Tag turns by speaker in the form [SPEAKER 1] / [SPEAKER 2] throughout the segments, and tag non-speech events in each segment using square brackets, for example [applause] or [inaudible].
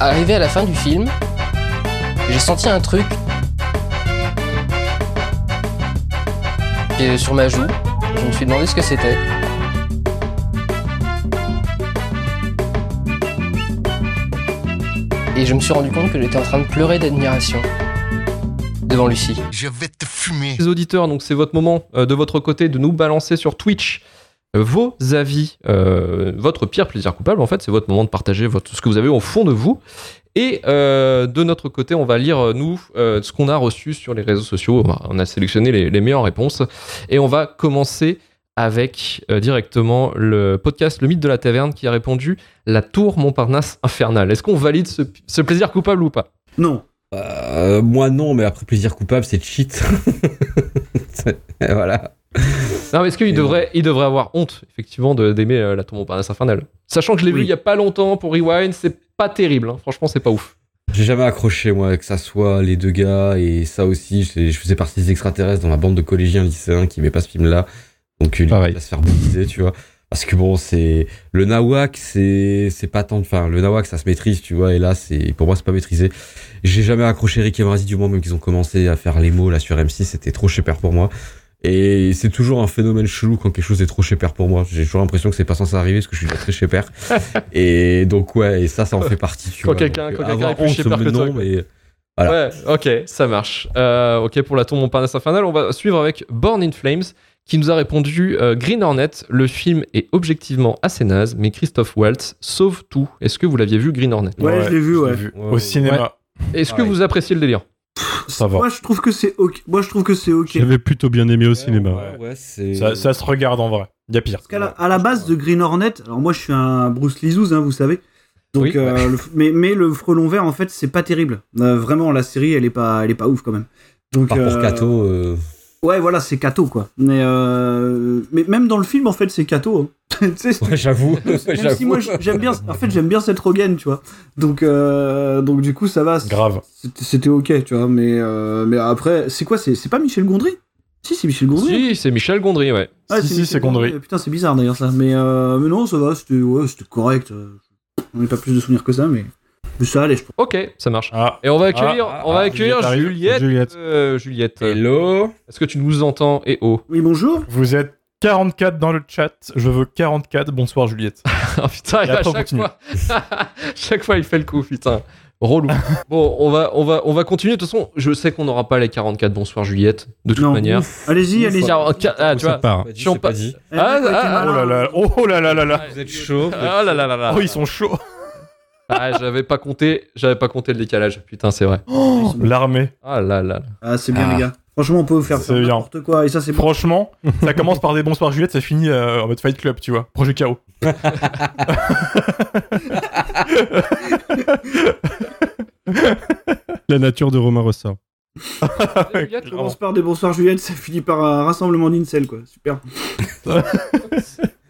[SPEAKER 1] Arrivé à la fin du film, j'ai senti un truc euh, sur ma joue. Je me suis demandé ce que c'était. Et je me suis rendu compte que j'étais en train de pleurer d'admiration devant Lucie.
[SPEAKER 2] Je vais te fumer.
[SPEAKER 3] Les auditeurs, donc c'est votre moment euh, de votre côté de nous balancer sur Twitch euh, vos avis, euh, votre pire plaisir coupable. En fait, c'est votre moment de partager votre, ce que vous avez au fond de vous. Et euh, de notre côté, on va lire, euh, nous, euh, ce qu'on a reçu sur les réseaux sociaux. On a- On a sélectionné les, les meilleures réponses. Et on va commencer avec euh, directement le podcast Le Mythe de la Taverne qui a répondu La Tour Montparnasse Infernale. Est-ce qu'on valide ce, ce plaisir coupable ou pas
[SPEAKER 4] Non.
[SPEAKER 5] Euh, moi non, mais après plaisir coupable, c'est cheat. [laughs] C'est- voilà.
[SPEAKER 3] Non, mais est-ce qu'il
[SPEAKER 5] Et
[SPEAKER 3] devrait, il devrait avoir honte, effectivement, de- d'aimer euh, La Tour Montparnasse Infernale Sachant que je l'ai
[SPEAKER 4] Oui.
[SPEAKER 3] vu il y a pas longtemps pour Rewind, c'est pas terrible. hein. Franchement, c'est pas ouf.
[SPEAKER 5] J'ai jamais accroché, moi, que ça soit les deux gars et ça aussi. Je je faisais partie des extraterrestres dans ma bande de collégiens lycéens qui aimaient pas ce film-là. Donc, il
[SPEAKER 3] Pareil.
[SPEAKER 5] va se faire bouliser, tu vois. Parce que bon, c'est. Le nawak, c'est c'est pas tant. Enfin, le nawak, ça se maîtrise, tu vois. Et là, c'est pour moi, c'est pas maîtrisé. J'ai jamais accroché Rick et Morty du moment même qu'ils ont commencé à faire les mots là sur M6. C'était trop cher pour moi. Et c'est toujours un phénomène chelou quand quelque chose est trop chez père pour moi. J'ai toujours l'impression que c'est pas censé arriver parce que je suis déjà très
[SPEAKER 3] [laughs]
[SPEAKER 5] chez père. et donc ouais, et ça, ça en fait partie. Tu
[SPEAKER 3] Quand
[SPEAKER 5] vois.
[SPEAKER 3] quelqu'un-
[SPEAKER 5] Donc,
[SPEAKER 3] quand quelqu'un
[SPEAKER 5] avoir
[SPEAKER 3] est plus chez
[SPEAKER 5] honte,
[SPEAKER 3] père que toi,
[SPEAKER 5] non,
[SPEAKER 3] quoi.
[SPEAKER 5] mais Voilà.
[SPEAKER 3] Ouais, ok, ça marche. Euh, ok, pour la tour Montparnasse Infernale, on va suivre avec Born in Flames, qui nous a répondu euh, Green Hornet, le film est objectivement assez naze, mais Christophe Waltz sauve tout. Est-ce que vous l'aviez vu, Green Hornet
[SPEAKER 4] Ouais, je l'ai vu, ouais.
[SPEAKER 5] Ouais,
[SPEAKER 6] Au
[SPEAKER 5] ouais.
[SPEAKER 6] cinéma.
[SPEAKER 3] Est-ce que
[SPEAKER 5] Pareil.
[SPEAKER 3] vous appréciez le délire
[SPEAKER 6] Ça va.
[SPEAKER 4] Moi, je trouve que c'est ok. Moi, je trouve que c'est ok.
[SPEAKER 6] Je l'avais plutôt bien aimé au cinéma.
[SPEAKER 5] Ouais, ouais, c'est.
[SPEAKER 6] Ça, ça se regarde en vrai. Il y a pire.
[SPEAKER 4] Parce qu'à la, à la base de Green Hornet, alors moi je suis un Bruce Lizouz, hein, vous savez. Donc,
[SPEAKER 3] Oui.
[SPEAKER 4] euh, le f- mais, mais le frelon vert, en fait, c'est pas terrible. Euh, vraiment, la série, elle est pas, elle est pas ouf quand même. Donc,
[SPEAKER 5] Par
[SPEAKER 4] euh,
[SPEAKER 5] pour Kato, euh,
[SPEAKER 4] Ouais, voilà, c'est Kato quoi. Mais, euh, mais même dans le film, en fait, c'est Kato. hein. [laughs] Tu sais, c'est-
[SPEAKER 5] ouais, j'avoue.
[SPEAKER 4] même si
[SPEAKER 5] j'avoue.
[SPEAKER 4] moi j'aime bien, en fait, j'aime bien cette Rogen, tu vois. Donc, euh, donc du coup, ça va. c'est-
[SPEAKER 6] Grave.
[SPEAKER 4] C'était c'était ok, tu vois. Mais, euh, mais après, c'est quoi C'est c'est pas Michel Gondry Si, c'est Michel Gondry.
[SPEAKER 3] Si, c'est Michel Gondry, ouais.
[SPEAKER 4] Ah,
[SPEAKER 6] si, si,
[SPEAKER 4] Michel
[SPEAKER 6] c'est Gondry.
[SPEAKER 4] Putain, c'est bizarre d'ailleurs ça. Mais, euh, mais non, ça va, c'était ouais, c'était correct. Euh, On n'a pas plus de souvenirs que ça, mais, mais ça allait, je trouve.
[SPEAKER 3] Ok, ça marche.
[SPEAKER 6] Ah,
[SPEAKER 3] Et on va accueillir,
[SPEAKER 5] Ah, ah,
[SPEAKER 3] on va
[SPEAKER 5] ah,
[SPEAKER 3] accueillir
[SPEAKER 6] Juliette arrive.
[SPEAKER 3] Juliette.
[SPEAKER 6] Juliette.
[SPEAKER 3] euh, Juliette, euh,
[SPEAKER 5] Hello.
[SPEAKER 3] est-ce que tu nous entends Et oh.
[SPEAKER 4] Oui, bonjour.
[SPEAKER 6] vous êtes 44 dans le chat. Je veux 44. Bonsoir, Juliette.
[SPEAKER 3] [laughs] Ah, putain,
[SPEAKER 6] Et
[SPEAKER 3] à
[SPEAKER 6] après, on
[SPEAKER 3] chaque
[SPEAKER 6] continue.
[SPEAKER 3] fois, [laughs] chaque fois il fait le coup, putain. Relou. bon, on va, on va, on va continuer. De toute façon, je sais qu'on n'aura pas les 44 bonsoir Juliette, de toute
[SPEAKER 4] Non.
[SPEAKER 3] manière.
[SPEAKER 4] Ouf. Allez-y,
[SPEAKER 5] Ouf,
[SPEAKER 4] allez-y.
[SPEAKER 5] ouais.
[SPEAKER 3] Car- car- ah, tu
[SPEAKER 6] Ça
[SPEAKER 3] vois.
[SPEAKER 6] part.
[SPEAKER 5] Pas dit,
[SPEAKER 3] si on
[SPEAKER 5] c'est pas
[SPEAKER 3] pa-
[SPEAKER 5] dit.
[SPEAKER 4] Eh, mec, ouais, t'es
[SPEAKER 3] ah,
[SPEAKER 6] Oh
[SPEAKER 4] malin.
[SPEAKER 6] là là. Oh là là là là.
[SPEAKER 5] Vous êtes chaud.
[SPEAKER 4] Ah.
[SPEAKER 3] Oh là là là là.
[SPEAKER 6] Oh, ils sont chauds.
[SPEAKER 3] Ah, j'avais pas compté, j'avais pas compté le décalage. Putain, c'est vrai.
[SPEAKER 4] Ils sont-
[SPEAKER 6] L'armée.
[SPEAKER 3] Ah là là. là.
[SPEAKER 4] Ah, c'est bien,
[SPEAKER 5] Ah.
[SPEAKER 4] les gars. Franchement, on peut faire
[SPEAKER 6] C'est
[SPEAKER 4] faire
[SPEAKER 6] bien.
[SPEAKER 4] n'importe quoi, et ça, c'est bon.
[SPEAKER 6] Franchement, ça commence par des bonsoirs Juliette, ça finit euh, en mode Fight Club, tu vois. Projet KO. La nature de Romain ressort.
[SPEAKER 5] Ah
[SPEAKER 3] Juliette,
[SPEAKER 4] On commence par des bonsoirs Juliette, ça finit par un rassemblement d'incel, quoi. Super.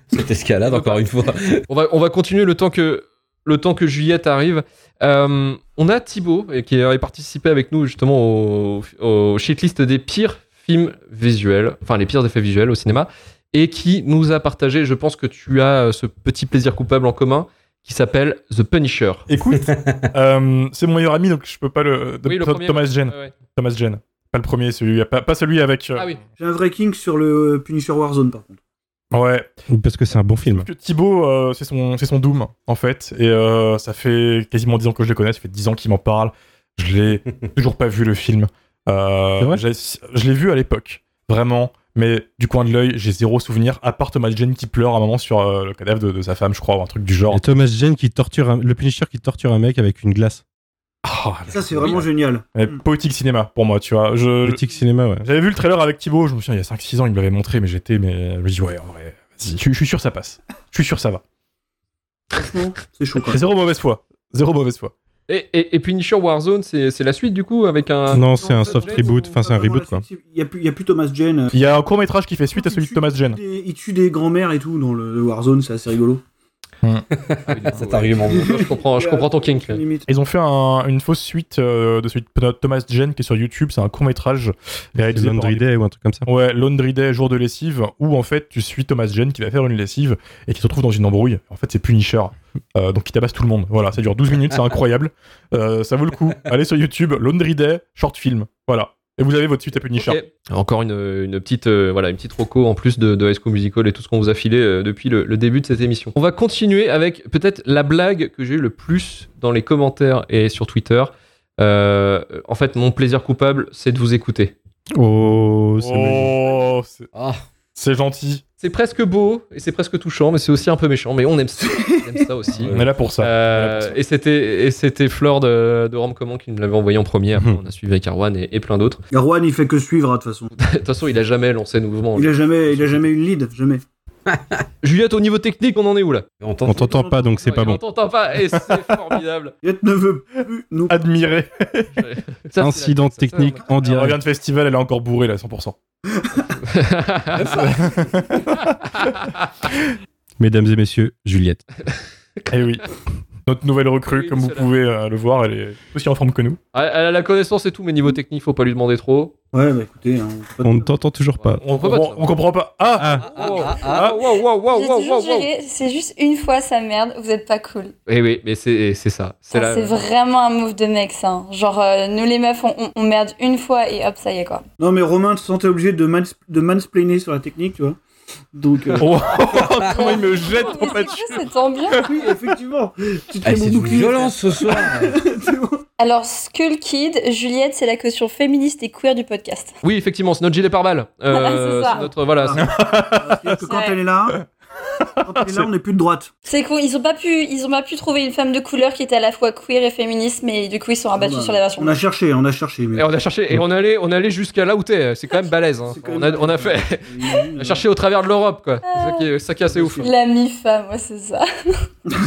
[SPEAKER 5] Cette escalade encore une fois.
[SPEAKER 3] on va, on va continuer le temps que, le temps que Juliette arrive. Euh, on a Thibaut et qui a participé avec nous justement au, au shitlist des pires films visuels, enfin les pires effets visuels au cinéma, et qui nous a partagé, je pense que tu as euh, ce petit plaisir coupable en commun, qui s'appelle The Punisher.
[SPEAKER 6] Écoute, euh, c'est mon meilleur ami, donc je peux pas le. de-
[SPEAKER 3] Oui, le
[SPEAKER 6] Tho-
[SPEAKER 3] premier.
[SPEAKER 6] Thomas Jane.
[SPEAKER 3] Ouais, ouais.
[SPEAKER 6] Thomas Jane. Pas le premier, celui. Pas, pas celui avec. euh,
[SPEAKER 3] Ah oui.
[SPEAKER 4] J'ai un vrai king sur le Punisher Warzone, par contre.
[SPEAKER 6] Ouais.
[SPEAKER 7] Parce que c'est un bon film.
[SPEAKER 6] que Thibaut, euh, c'est son, c'est son Doom, en fait. Et euh, ça fait quasiment 10 ans que je le connais, ça fait 10 ans qu'il m'en parle. Je [laughs] l'ai toujours pas vu le film. Euh,
[SPEAKER 7] C'est vrai
[SPEAKER 6] j'ai- je l'ai vu à l'époque, vraiment. Mais du coin de l'œil, j'ai zéro souvenir, à part Thomas Jane qui pleure à un moment sur euh, le cadavre de, de sa femme, je crois, ou un truc du genre.
[SPEAKER 7] Et Thomas Jane qui torture un- le Punisher qui torture un mec avec une glace.
[SPEAKER 6] Ah,
[SPEAKER 4] Ça, c'est vraiment génial.
[SPEAKER 6] mais
[SPEAKER 4] Mm.
[SPEAKER 6] poétique cinéma pour moi, tu vois. Je,
[SPEAKER 7] Politique cinéma, ouais.
[SPEAKER 6] j'avais vu le trailer avec Thibaut, je me souviens, il y a 5-6 ans, il me l'avait montré, mais j'étais, mais je me dis, ouais, en vrai, vas-y, je, je suis sûr ça passe. Je suis sûr ça va.
[SPEAKER 4] Franchement, c'est chaud, quoi.
[SPEAKER 6] Zéro mauvaise foi. Zéro mauvaise foi.
[SPEAKER 3] Et, et, et Punisher Warzone, c'est c'est la suite du coup avec un.
[SPEAKER 7] non, c'est
[SPEAKER 4] en
[SPEAKER 7] un
[SPEAKER 4] fait,
[SPEAKER 7] soft
[SPEAKER 4] Jane,
[SPEAKER 7] reboot, enfin c'est un
[SPEAKER 4] Pas vraiment
[SPEAKER 7] reboot
[SPEAKER 4] Ah, la
[SPEAKER 7] quoi.
[SPEAKER 4] suite. Il y a plus, il y a plus Thomas Jane.
[SPEAKER 6] Il y a un court métrage qui fait suite à celui de Thomas Jane.
[SPEAKER 4] Des- il tue des grands-mères et tout dans le Warzone, c'est assez rigolo. Ah,
[SPEAKER 5] Cet argument.
[SPEAKER 3] [laughs] Je comprends, je comprends ton kink.
[SPEAKER 4] Limite.
[SPEAKER 6] Ils ont fait un- une fausse suite euh, de celui de Thomas Jane qui est sur YouTube. C'est un court métrage réalisé par un
[SPEAKER 7] Laundry Day ou un truc comme ça.
[SPEAKER 6] Ouais, Laundry Day, jour de lessive, où en fait tu suis Thomas Jane qui va faire une lessive et qui se retrouve dans une embrouille. En fait, c'est Punisher. Euh, donc il tabasse tout le monde. Voilà, ça dure 12 minutes, c'est incroyable. Euh, ça vaut le coup. Allez sur YouTube, Laundry Day, short film. Voilà. Et vous avez votre suite à Punisher.
[SPEAKER 3] Ok. Encore une, une petite euh, voilà une petite roco en plus de, de High School Musical et tout ce qu'on vous a filé euh, depuis le, le début de cette émission. On va continuer avec peut-être la blague que j'ai eu le plus dans les commentaires et sur Twitter. Euh, en fait, mon plaisir coupable, c'est de vous écouter.
[SPEAKER 7] Oh, c'est magique.
[SPEAKER 6] Oh, c'est-
[SPEAKER 5] Ah,
[SPEAKER 6] c'est gentil.
[SPEAKER 3] C'est presque beau et c'est presque touchant, mais c'est aussi un peu méchant. Mais on aime ça, on aime ça aussi.
[SPEAKER 6] [laughs] On est là pour ça.
[SPEAKER 3] Euh,
[SPEAKER 6] Voilà.
[SPEAKER 3] et c'était et c'était Flore de, de Rome Comment qui nous l'avait envoyé en premier. Après,
[SPEAKER 6] Hmm.
[SPEAKER 7] Mhm.
[SPEAKER 3] on a suivi avec Arwan et, et plein d'autres. [laughs]
[SPEAKER 4] Et Rouen, il fait que suivre, de toute façon.
[SPEAKER 3] De toute façon, il a jamais lancé de mouvement.
[SPEAKER 4] Il a jamais, il a jamais eu de lead, jamais.
[SPEAKER 3] Juliette, au niveau technique, on en est où là
[SPEAKER 5] on
[SPEAKER 7] On
[SPEAKER 5] tente.
[SPEAKER 7] t'entend pas, donc c'est
[SPEAKER 3] Ouais,
[SPEAKER 7] pas
[SPEAKER 3] on
[SPEAKER 7] bon.
[SPEAKER 3] t'entend pas et c'est
[SPEAKER 7] [laughs]
[SPEAKER 3] formidable.
[SPEAKER 4] Juliette ne veut plus nous.
[SPEAKER 6] Admiré.
[SPEAKER 3] Ça,
[SPEAKER 7] Incident
[SPEAKER 3] c'est la- ça, ça,
[SPEAKER 7] technique en
[SPEAKER 6] Elle
[SPEAKER 7] direct.
[SPEAKER 6] revient de festival, elle est encore bourrée là, 100%.
[SPEAKER 7] Mesdames et messieurs, Juliette.
[SPEAKER 6] Et Eh oui. Notre nouvelle recrue,
[SPEAKER 3] Oui,
[SPEAKER 6] comme vous
[SPEAKER 3] cela.
[SPEAKER 6] pouvez euh, le voir, elle est aussi en forme que nous.
[SPEAKER 3] Elle elle a la connaissance et tout, mais niveau technique, faut pas lui demander trop.
[SPEAKER 4] Ouais, bah écoutez, hein, pas de-
[SPEAKER 7] On ne t'entend toujours pas.
[SPEAKER 6] On,
[SPEAKER 3] peut pas
[SPEAKER 6] comprend,
[SPEAKER 3] te-
[SPEAKER 6] on comprend pas. Ah,
[SPEAKER 7] Ah,
[SPEAKER 3] Oh,
[SPEAKER 5] ah,
[SPEAKER 3] ah, wow, wow, wow,
[SPEAKER 2] J'ai
[SPEAKER 3] wow,
[SPEAKER 2] toujours
[SPEAKER 3] wow, wow.
[SPEAKER 2] géré, c'est juste une fois sa merde, vous êtes pas cool.
[SPEAKER 3] Eh oui, mais c'est c'est ça. C'est
[SPEAKER 2] Ah,
[SPEAKER 3] la-
[SPEAKER 2] C'est vraiment un move de mec, ça. hein. Genre, euh, nous les meufs, on, on- on merde une fois et hop, ça y
[SPEAKER 3] [laughs]
[SPEAKER 2] est quoi.
[SPEAKER 4] Non, mais Romain te sentait obligé de, mans- de mansplainer sur la technique, tu vois. Donc, euh,
[SPEAKER 6] Oh, comment il me jette en
[SPEAKER 2] Mais [laughs] c'est
[SPEAKER 6] fait.
[SPEAKER 2] quoi cette ambiance
[SPEAKER 4] [laughs] oui, effectivement.
[SPEAKER 3] Eh,
[SPEAKER 4] Tu te
[SPEAKER 5] Ah,
[SPEAKER 4] fais
[SPEAKER 5] c'est
[SPEAKER 4] mon
[SPEAKER 5] une
[SPEAKER 4] bouclier.
[SPEAKER 5] violence
[SPEAKER 4] [laughs]
[SPEAKER 5] ce soir.
[SPEAKER 2] Alors, Skull Kid, Juliette, c'est la caution féministe et queer du podcast.
[SPEAKER 3] Oui, effectivement, c'est notre gilet
[SPEAKER 2] [laughs]
[SPEAKER 3] pare-balles. Euh,
[SPEAKER 2] Ah, C'est ça.
[SPEAKER 3] c'est notre voilà. c'est-
[SPEAKER 4] C'est-à-dire que quand
[SPEAKER 2] Ouais.
[SPEAKER 4] elle est là, quand elle est là, on n'est plus de droite.
[SPEAKER 2] C'est con, ils ont pas pu, ils ont pas pu trouver une femme de couleur qui était à la fois queer et féministe, mais du coup ils sont rabattus
[SPEAKER 4] On a-
[SPEAKER 2] sur la version.
[SPEAKER 4] Ah, bah, On a cherché, on a cherché.
[SPEAKER 7] Ah.
[SPEAKER 4] Mais...
[SPEAKER 3] Et Eh, on a cherché et on allait on allait jusqu'à là où t'es. C'est quand même balèze. hein.
[SPEAKER 4] C'est quand
[SPEAKER 3] On a
[SPEAKER 4] même-
[SPEAKER 3] on a
[SPEAKER 4] [laughs]
[SPEAKER 6] [laughs]
[SPEAKER 3] fait [laughs] on a cherché au travers de l'Europe quoi. C'est
[SPEAKER 2] Ah.
[SPEAKER 3] ça qui est, ça qui est assez ouf.
[SPEAKER 2] La mi-femme, ouais, c'est ça.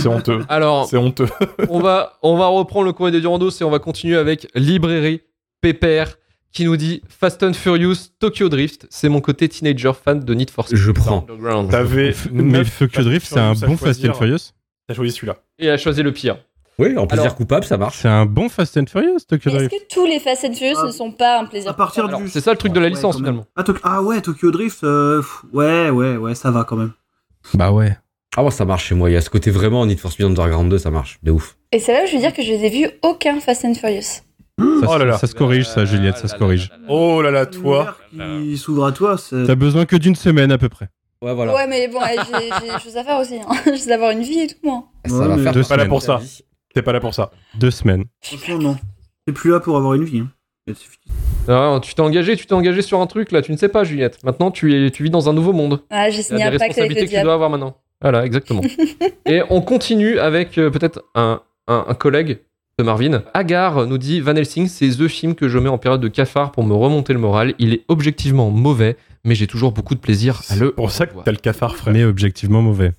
[SPEAKER 6] C'est honteux.
[SPEAKER 3] Alors
[SPEAKER 7] Oh.
[SPEAKER 6] C'est honteux.
[SPEAKER 3] on va on va reprendre le coin des Durandos et on va continuer avec librairie Pépère qui nous dit Fast and Furious Tokyo Drift. C'est mon côté teenager fan de Need for Speed.
[SPEAKER 5] Je prends.
[SPEAKER 3] Underground.
[SPEAKER 6] T'avais
[SPEAKER 7] Oh. Mais
[SPEAKER 6] neuf
[SPEAKER 7] Fuck You Drift, c'est un
[SPEAKER 6] Fast and
[SPEAKER 7] bon
[SPEAKER 6] Furious à
[SPEAKER 7] Fast and
[SPEAKER 6] choisir.
[SPEAKER 7] Furious.
[SPEAKER 6] T'as choisi celui-là.
[SPEAKER 3] Et elle a choisi le pire.
[SPEAKER 5] Oui, en plaisir
[SPEAKER 3] Alors-
[SPEAKER 5] coupable, ça marche.
[SPEAKER 7] C'est un bon Fast and Furious, Tokyo
[SPEAKER 2] Est-ce
[SPEAKER 7] Drift.
[SPEAKER 2] que tous les facettes Furious
[SPEAKER 4] Ah.
[SPEAKER 2] ne sont pas un
[SPEAKER 4] À
[SPEAKER 2] plaisir
[SPEAKER 4] partir
[SPEAKER 3] Alors,
[SPEAKER 4] du.
[SPEAKER 3] c'est ça le truc de la
[SPEAKER 4] Ouais,
[SPEAKER 3] licence
[SPEAKER 4] quand même.
[SPEAKER 3] finalement.
[SPEAKER 4] Ah, Tok- ah ouais, Tokyo Drift, euh, pff, ouais, ouais, ouais, ça va quand même.
[SPEAKER 7] Bah ouais.
[SPEAKER 5] Ah ouais, ça marche chez moi. Il y a ce côté vraiment Need for Speed Underground 2, ça marche. De ouf.
[SPEAKER 2] Et c'est là où je veux dire que je les ai vus aucun Fast and Furious.
[SPEAKER 7] Ça,
[SPEAKER 6] Oh là là.
[SPEAKER 7] ça se corrige, ça, Juliette, ça se corrige.
[SPEAKER 6] Oh là là, toi.
[SPEAKER 4] L'univers qui s'ouvre à toi, c'est.
[SPEAKER 7] T'as besoin que d'une semaine à peu près.
[SPEAKER 5] Ouais, voilà.
[SPEAKER 2] Ouais, mais bon, eh, j'ai j'ai des choses à faire aussi. hein. [laughs] Je vais avoir une vie et tout, moi.
[SPEAKER 5] Ça
[SPEAKER 4] Ouais,
[SPEAKER 5] va
[SPEAKER 4] mais-
[SPEAKER 5] faire
[SPEAKER 7] Deux
[SPEAKER 5] partie
[SPEAKER 7] semaines.
[SPEAKER 5] de
[SPEAKER 6] Pas là
[SPEAKER 5] ta
[SPEAKER 6] pour
[SPEAKER 5] vie.
[SPEAKER 6] T'es pas là pour ça.
[SPEAKER 7] Deux semaines.
[SPEAKER 4] Franchement, non. T'es plus là pour avoir une vie. hein. C'est fini.
[SPEAKER 3] Non, Ah, tu t'es engagé, tu t'es engagé sur un truc là, tu ne sais pas Juliette. Maintenant tu, es, tu vis dans un nouveau monde.
[SPEAKER 2] Ah, j'ai
[SPEAKER 3] Il
[SPEAKER 2] signé
[SPEAKER 3] y a
[SPEAKER 2] un
[SPEAKER 3] des
[SPEAKER 2] pacte avec
[SPEAKER 3] responsabilités
[SPEAKER 2] le
[SPEAKER 3] que tu
[SPEAKER 2] diable.
[SPEAKER 3] dois avoir maintenant. Voilà, [laughs] exactement. Et on continue avec euh, peut-être un, un- un collègue de Marvin. Agar nous dit Van Helsing, c'est The Film que je mets en période de cafard pour me remonter le moral. Il est objectivement mauvais, mais j'ai toujours beaucoup de plaisir
[SPEAKER 7] Ah,
[SPEAKER 3] à
[SPEAKER 6] C'est
[SPEAKER 3] le.
[SPEAKER 6] pour ça que
[SPEAKER 3] revoir.
[SPEAKER 6] t'as le cafard, frère.
[SPEAKER 7] Mais objectivement mauvais.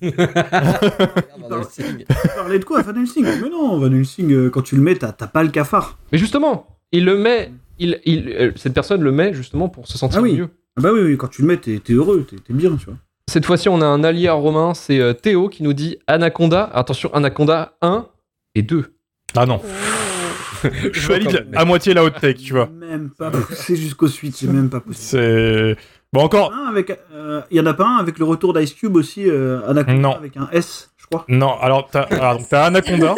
[SPEAKER 4] Tu parlais de quoi, Van Helsing Mais non, Van Helsing, euh, quand tu le mets, t'as t'as pas le cafard.
[SPEAKER 3] Mais justement, il le met. Il, il- euh, cette personne le met justement pour se sentir
[SPEAKER 4] Ah oui.
[SPEAKER 3] mieux.
[SPEAKER 4] Ah bah oui, oui, quand tu le mets, t'es t'es heureux, t'es t'es bien, tu vois.
[SPEAKER 3] Cette fois-ci, on a un allié à Romain, c'est euh, Théo qui nous dit Anaconda. Attention, Anaconda 1 et 2.
[SPEAKER 6] Ah non. [laughs] Je valide à moitié la haute take, tu vois.
[SPEAKER 4] Même pas poussé jusqu'au suite, c'est même pas possible.
[SPEAKER 6] C'est. Bon, encore.
[SPEAKER 4] Un avec, euh, il y en a pas un avec le retour d'Ice Cube aussi, euh, Anaconda
[SPEAKER 6] Non.
[SPEAKER 4] avec un S, je crois.
[SPEAKER 6] Non, alors t'as alors, donc, t'as Anaconda.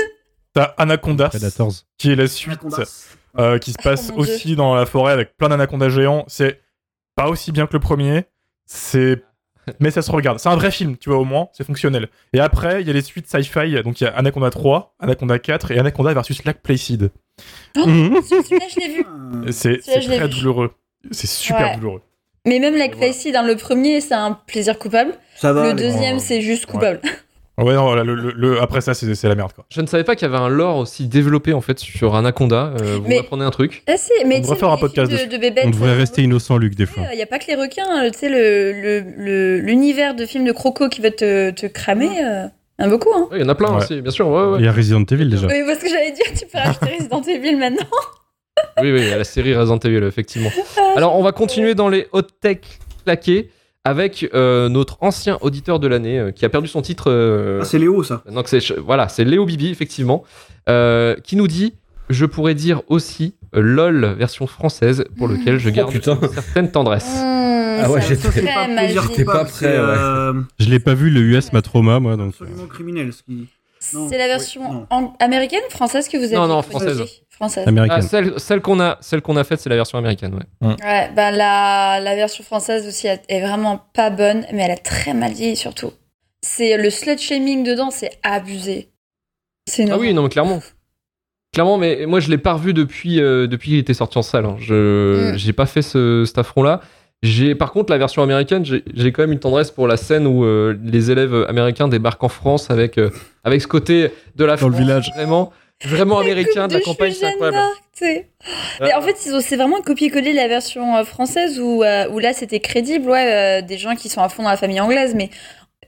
[SPEAKER 6] T'as Anaconda,
[SPEAKER 7] Predators.
[SPEAKER 6] qui est la suite
[SPEAKER 4] Anaconda.
[SPEAKER 6] euh, qui se passe
[SPEAKER 2] Oh mon Dieu.
[SPEAKER 6] aussi dans la forêt avec plein d'anacondas géants. C'est pas aussi bien que le premier. C'est. Mais ça se regarde. C'est un vrai film, tu vois, au moins. C'est fonctionnel. Et après, il y a les suites sci-fi. Donc il y a Anaconda 3, Anaconda 4 et Anaconda versus Lac Placid.
[SPEAKER 7] Mhm.
[SPEAKER 2] Celui-là, je l'ai vu.
[SPEAKER 4] Ah,
[SPEAKER 6] Et C'est
[SPEAKER 2] Celui-là,
[SPEAKER 6] c'est
[SPEAKER 2] je l'ai
[SPEAKER 6] très
[SPEAKER 2] vu.
[SPEAKER 6] douloureux. C'est super
[SPEAKER 2] Ouais.
[SPEAKER 6] douloureux.
[SPEAKER 2] Mais même la
[SPEAKER 6] Et voilà.
[SPEAKER 2] Facey, dans le premier, c'est un plaisir coupable.
[SPEAKER 4] Ça va.
[SPEAKER 2] le
[SPEAKER 4] les-
[SPEAKER 2] deuxième,
[SPEAKER 6] Ouais.
[SPEAKER 2] c'est juste
[SPEAKER 6] Ouais.
[SPEAKER 2] coupable.
[SPEAKER 6] Ouais, non, voilà, le, le- le- après ça, c'est c'est la merde, quoi.
[SPEAKER 3] Je ne savais pas qu'il y avait un lore aussi développé en fait sur Anaconda. Euh, vous
[SPEAKER 2] Mais-
[SPEAKER 3] m'apprenez un truc.
[SPEAKER 2] Ah, si, mais
[SPEAKER 6] On
[SPEAKER 2] tu
[SPEAKER 6] devrait
[SPEAKER 2] sais,
[SPEAKER 6] faire un
[SPEAKER 2] les films
[SPEAKER 6] podcast
[SPEAKER 2] de,
[SPEAKER 6] dessus.
[SPEAKER 2] de Bébête,
[SPEAKER 7] On devrait
[SPEAKER 2] euh,
[SPEAKER 7] rester innocent, Luc, des
[SPEAKER 2] Il
[SPEAKER 7] fois.
[SPEAKER 2] n'y a pas que les requins, euh, tu sais, le, le, le- l'univers de films de croco qui va te, te cramer, euh, il y en a beaucoup. Hein.
[SPEAKER 3] Ouais, Il y en a plein
[SPEAKER 6] Ouais.
[SPEAKER 3] aussi, bien sûr. ouais, ouais.
[SPEAKER 7] Il y a Resident Evil déjà.
[SPEAKER 2] Oui, parce que j'allais dire, tu peux rajouter Resident Evil maintenant.
[SPEAKER 4] [laughs]
[SPEAKER 3] Oui, oui, à la série Resident Evil, effectivement. Alors, on va continuer dans les hot tech claqués avec euh, notre ancien auditeur de l'année euh, qui a perdu son titre. euh,
[SPEAKER 4] Ah, c'est Léo, ça.
[SPEAKER 3] donc c'est voilà, c'est Léo Bibi effectivement euh, qui nous dit je pourrais dire aussi euh, LOL version française pour lequel je
[SPEAKER 5] Oh,
[SPEAKER 3] garde
[SPEAKER 5] putain.
[SPEAKER 3] une certaine tendresse.
[SPEAKER 5] Ah ouais, j'étais-
[SPEAKER 2] très
[SPEAKER 4] pas
[SPEAKER 2] mal
[SPEAKER 4] plaisir
[SPEAKER 2] dit.
[SPEAKER 5] T'es pas
[SPEAKER 4] coupable,
[SPEAKER 5] prêt,
[SPEAKER 4] c'est,
[SPEAKER 5] ouais.
[SPEAKER 4] euh,
[SPEAKER 7] Je l'ai pas vu, le US m'a trauma, moi, donc. euh,
[SPEAKER 4] absolument criminel. Ce qui... Non,
[SPEAKER 2] C'est la
[SPEAKER 4] oui,
[SPEAKER 2] version
[SPEAKER 4] non.
[SPEAKER 2] ang- américaine ou française que vous avez
[SPEAKER 3] Non, non,
[SPEAKER 2] proposée
[SPEAKER 3] française.
[SPEAKER 2] Française.
[SPEAKER 3] Ah,
[SPEAKER 7] Américaine.
[SPEAKER 3] celle celle qu'on a celle qu'on a faite c'est la version américaine ouais.
[SPEAKER 2] Ouais, ben la, la version française aussi elle est vraiment pas bonne, mais elle est très mal vieillie surtout. C'est le slut shaming dedans, c'est abusé. C'est
[SPEAKER 3] Ah oui non mais clairement. Clairement, mais moi je l'ai pas revu depuis euh, depuis qu'il était sorti en salle. hein. Je
[SPEAKER 2] Mm.
[SPEAKER 3] j'ai pas fait ce, cet affront là. J'ai par contre la version américaine, j'ai j'ai quand même une tendresse pour la scène où euh, les élèves américains débarquent en France avec euh, avec ce côté de la
[SPEAKER 7] Dans le
[SPEAKER 3] France,
[SPEAKER 7] village.
[SPEAKER 3] vraiment vraiment américain de la campagne, c'est incroyable.
[SPEAKER 7] Ah.
[SPEAKER 2] Mais en fait, ils ont- c'est vraiment copier-coller la version euh, française où, euh, où là c'était crédible, ouais, euh, des gens qui sont à fond dans la famille anglaise, mais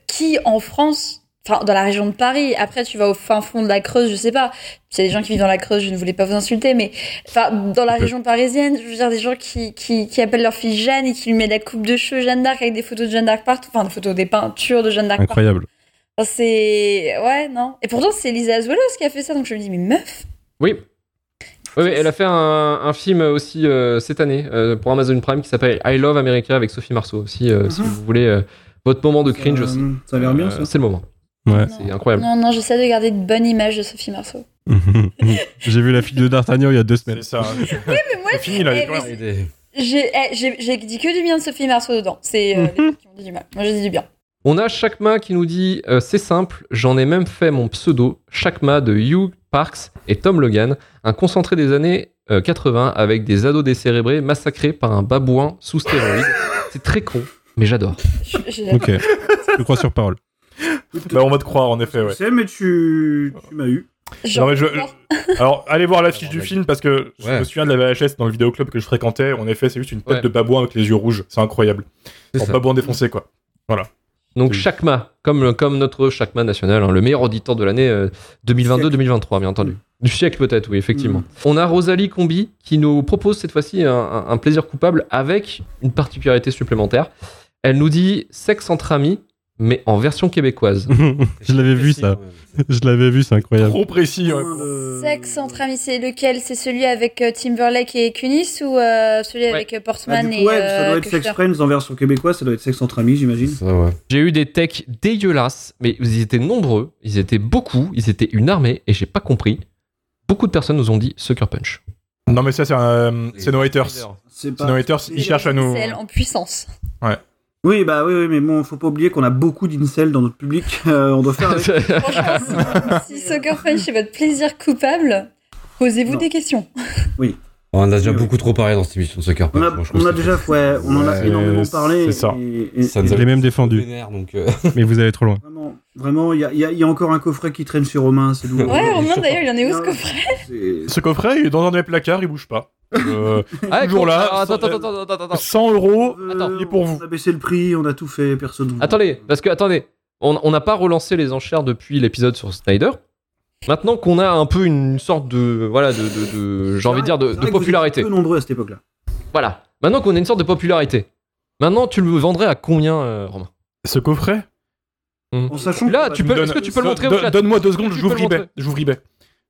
[SPEAKER 2] qui en France, enfin dans la région de Paris, après tu vas au fin fond de la Creuse, je sais pas, c'est des gens qui vivent dans la Creuse, je ne voulais pas vous insulter, mais enfin dans la
[SPEAKER 7] Peut-
[SPEAKER 2] région parisienne, je veux dire des gens qui, qui, qui appellent leur fille Jeanne et qui lui mettent la coupe de cheveux Jeanne d'Arc avec des photos de Jeanne d'Arc partout, enfin des photos des peintures de Jeanne d'Arc partout.
[SPEAKER 7] Incroyable.
[SPEAKER 2] Enfin, C'est. Ouais, non. Et pourtant, c'est Lisa Azuelos qui a fait ça, donc je me dis, mais meuf,
[SPEAKER 3] Oui. Oui, oui, elle a fait un, un film aussi euh, cette année euh, pour Amazon Prime qui s'appelle I Love America avec Sophie Marceau aussi. euh, Si
[SPEAKER 2] Mm-hmm.
[SPEAKER 4] Mhm.
[SPEAKER 3] vous voulez euh, votre moment de cringe
[SPEAKER 4] Euh,
[SPEAKER 3] aussi.
[SPEAKER 4] Ça a l'air bien, ça.
[SPEAKER 3] Euh, c'est le moment.
[SPEAKER 7] Ouais.
[SPEAKER 3] C'est incroyable.
[SPEAKER 2] Non, non, j'essaie de garder de bonnes images de Sophie Marceau.
[SPEAKER 7] J'ai vu la fille de D'Artagnan il y a deux semaines.
[SPEAKER 6] C'est ça.
[SPEAKER 2] Mais moi,
[SPEAKER 6] C'est fini là. les
[SPEAKER 2] eh, mais
[SPEAKER 6] copains.
[SPEAKER 5] Ouais, des-
[SPEAKER 2] j'ai eh, j'ai- j'ai dit que du bien de Sophie Marceau dedans. C'est euh, les
[SPEAKER 6] Mhm.
[SPEAKER 2] gens qui m'ont dit du mal. Moi, j'ai dit du bien.
[SPEAKER 3] On a Chakma qui nous dit euh, c'est simple, j'en ai même fait mon pseudo Chakma de Hugh Parks et Tom Logan, un concentré des années euh, 80 avec des ados décérébrés massacrés par un babouin sous stéroïdes.
[SPEAKER 4] [laughs]
[SPEAKER 3] c'est très con, mais j'adore.
[SPEAKER 2] Je- j'ai-
[SPEAKER 7] Ok. Je crois sur parole.
[SPEAKER 6] [laughs] Bah, on va te croire en effet,
[SPEAKER 4] Je
[SPEAKER 6] ouais.
[SPEAKER 4] sais, mais tu, tu m'as eu.
[SPEAKER 2] genre,
[SPEAKER 6] Non, mais je-
[SPEAKER 2] genre,
[SPEAKER 6] Alors, allez voir
[SPEAKER 3] Ah,
[SPEAKER 6] l'affiche du
[SPEAKER 5] Ouais.
[SPEAKER 6] film parce que je
[SPEAKER 5] Ouais.
[SPEAKER 6] me souviens de la VHS dans le vidéoclub que je fréquentais. En effet, c'est juste une tête
[SPEAKER 3] Ouais.
[SPEAKER 6] de babouin avec les yeux rouges. C'est incroyable.
[SPEAKER 5] c'est
[SPEAKER 6] En
[SPEAKER 5] ça.
[SPEAKER 6] babouin défoncé, quoi.
[SPEAKER 3] Donc
[SPEAKER 6] Oui.
[SPEAKER 3] Chakma, comme, comme notre Chakma national, hein, le meilleur auditeur de l'année euh, 2022-2023, bien entendu.
[SPEAKER 4] Mm.
[SPEAKER 3] Du siècle peut-être, oui, effectivement.
[SPEAKER 4] Mm.
[SPEAKER 3] On a Rosalie Combi qui nous propose cette fois-ci un, un- un plaisir coupable avec une particularité supplémentaire. Elle nous dit sexe entre amis, mais en version québécoise.
[SPEAKER 7] je l'avais vu ça. Je l'avais vu, c'est incroyable.
[SPEAKER 6] Trop précis. ouais.
[SPEAKER 4] Point de-
[SPEAKER 2] Sexe entre amis, c'est lequel C'est celui avec euh, Timberlake et Kunis ou euh, celui
[SPEAKER 3] Ouais.
[SPEAKER 2] avec euh,
[SPEAKER 4] Bah, du
[SPEAKER 2] Portman
[SPEAKER 4] coup,
[SPEAKER 2] et.
[SPEAKER 4] ouais, ça
[SPEAKER 2] euh,
[SPEAKER 4] doit être Sex
[SPEAKER 2] Kushner
[SPEAKER 4] Friends en version québécoise, ça doit être Sex entre amis, j'imagine.
[SPEAKER 5] Ça, ouais.
[SPEAKER 3] J'ai eu des techs dégueulasses, mais ils étaient nombreux, ils étaient beaucoup, ils étaient une armée, et j'ai pas compris. Beaucoup de personnes nous ont dit Sucker Punch.
[SPEAKER 6] Non, mais ça, c'est un. euh, C'est No Haters. C'est
[SPEAKER 4] C'est
[SPEAKER 6] No
[SPEAKER 4] pas.
[SPEAKER 6] Haters, ils cherchent à nous.
[SPEAKER 2] C'est elle en puissance.
[SPEAKER 4] Oui, bah oui, oui, mais bon, faut pas oublier qu'on a beaucoup d'incels dans notre public. [laughs] euh, on doit faire.
[SPEAKER 3] Ah [laughs]
[SPEAKER 4] avec.
[SPEAKER 2] Franchement, si,
[SPEAKER 4] [laughs]
[SPEAKER 2] si Soccer Punch c'est votre plaisir coupable, posez-vous
[SPEAKER 4] Non.
[SPEAKER 2] des questions.
[SPEAKER 5] On en a déjà
[SPEAKER 4] Oui, oui.
[SPEAKER 5] beaucoup trop parlé dans cette émission de soccer.
[SPEAKER 4] On a,
[SPEAKER 5] Moi, je trouve
[SPEAKER 4] on a
[SPEAKER 5] que
[SPEAKER 4] déjà, ouais, on en a
[SPEAKER 5] Ouais,
[SPEAKER 4] énormément
[SPEAKER 6] c'est-
[SPEAKER 4] parlé.
[SPEAKER 6] c'est ça.
[SPEAKER 4] Et, et-
[SPEAKER 5] Ça
[SPEAKER 4] et
[SPEAKER 5] nous a-
[SPEAKER 7] Je l'ai même
[SPEAKER 5] c'est
[SPEAKER 7] défendu,
[SPEAKER 5] vénère, donc, euh, [laughs]
[SPEAKER 7] mais vous allez trop loin.
[SPEAKER 4] vraiment, vraiment, il y a, il y a- il y a encore un coffret qui traîne sur Romain, c'est douloureux.
[SPEAKER 2] Ouais, Romain d'ailleurs, il en est où ce
[SPEAKER 4] Non.
[SPEAKER 2] coffret
[SPEAKER 4] C'est-
[SPEAKER 6] Ce coffret, il est dans un de mes placards, il bouge pas.
[SPEAKER 3] [laughs]
[SPEAKER 6] Euh,
[SPEAKER 3] Ah,
[SPEAKER 6] Toujours
[SPEAKER 3] attends,
[SPEAKER 6] là.
[SPEAKER 3] Attends, attends, attends, attends, attends.
[SPEAKER 6] 100 euros.
[SPEAKER 4] Euh,
[SPEAKER 3] Oh, attends,
[SPEAKER 6] il est pour vous.
[SPEAKER 4] On a baissé le prix, on a tout fait, personne.
[SPEAKER 3] Attendez, parce que attendez, on on n'a pas relancé les enchères depuis l'épisode sur Snyder. Maintenant qu'on a un peu une sorte de voilà de, de- de- j'ai envie de dire de, de popularité.
[SPEAKER 4] Peu nombreux à cette époque-là.
[SPEAKER 3] Voilà. Maintenant qu'on a une sorte de popularité. Maintenant, tu le vendrais à combien, euh, Romain
[SPEAKER 6] Ce coffret
[SPEAKER 4] En sachant
[SPEAKER 3] Là,
[SPEAKER 4] qu'on
[SPEAKER 3] tu
[SPEAKER 4] a-
[SPEAKER 3] peux-
[SPEAKER 6] Donne-
[SPEAKER 3] est-ce que tu peux le
[SPEAKER 6] don-
[SPEAKER 3] montrer au
[SPEAKER 6] don-
[SPEAKER 3] chat
[SPEAKER 6] Donne-moi deux secondes,
[SPEAKER 3] Tu peux
[SPEAKER 6] j'ouvre
[SPEAKER 3] le
[SPEAKER 6] eBay.
[SPEAKER 3] montrer.
[SPEAKER 6] J'ouvre eBay.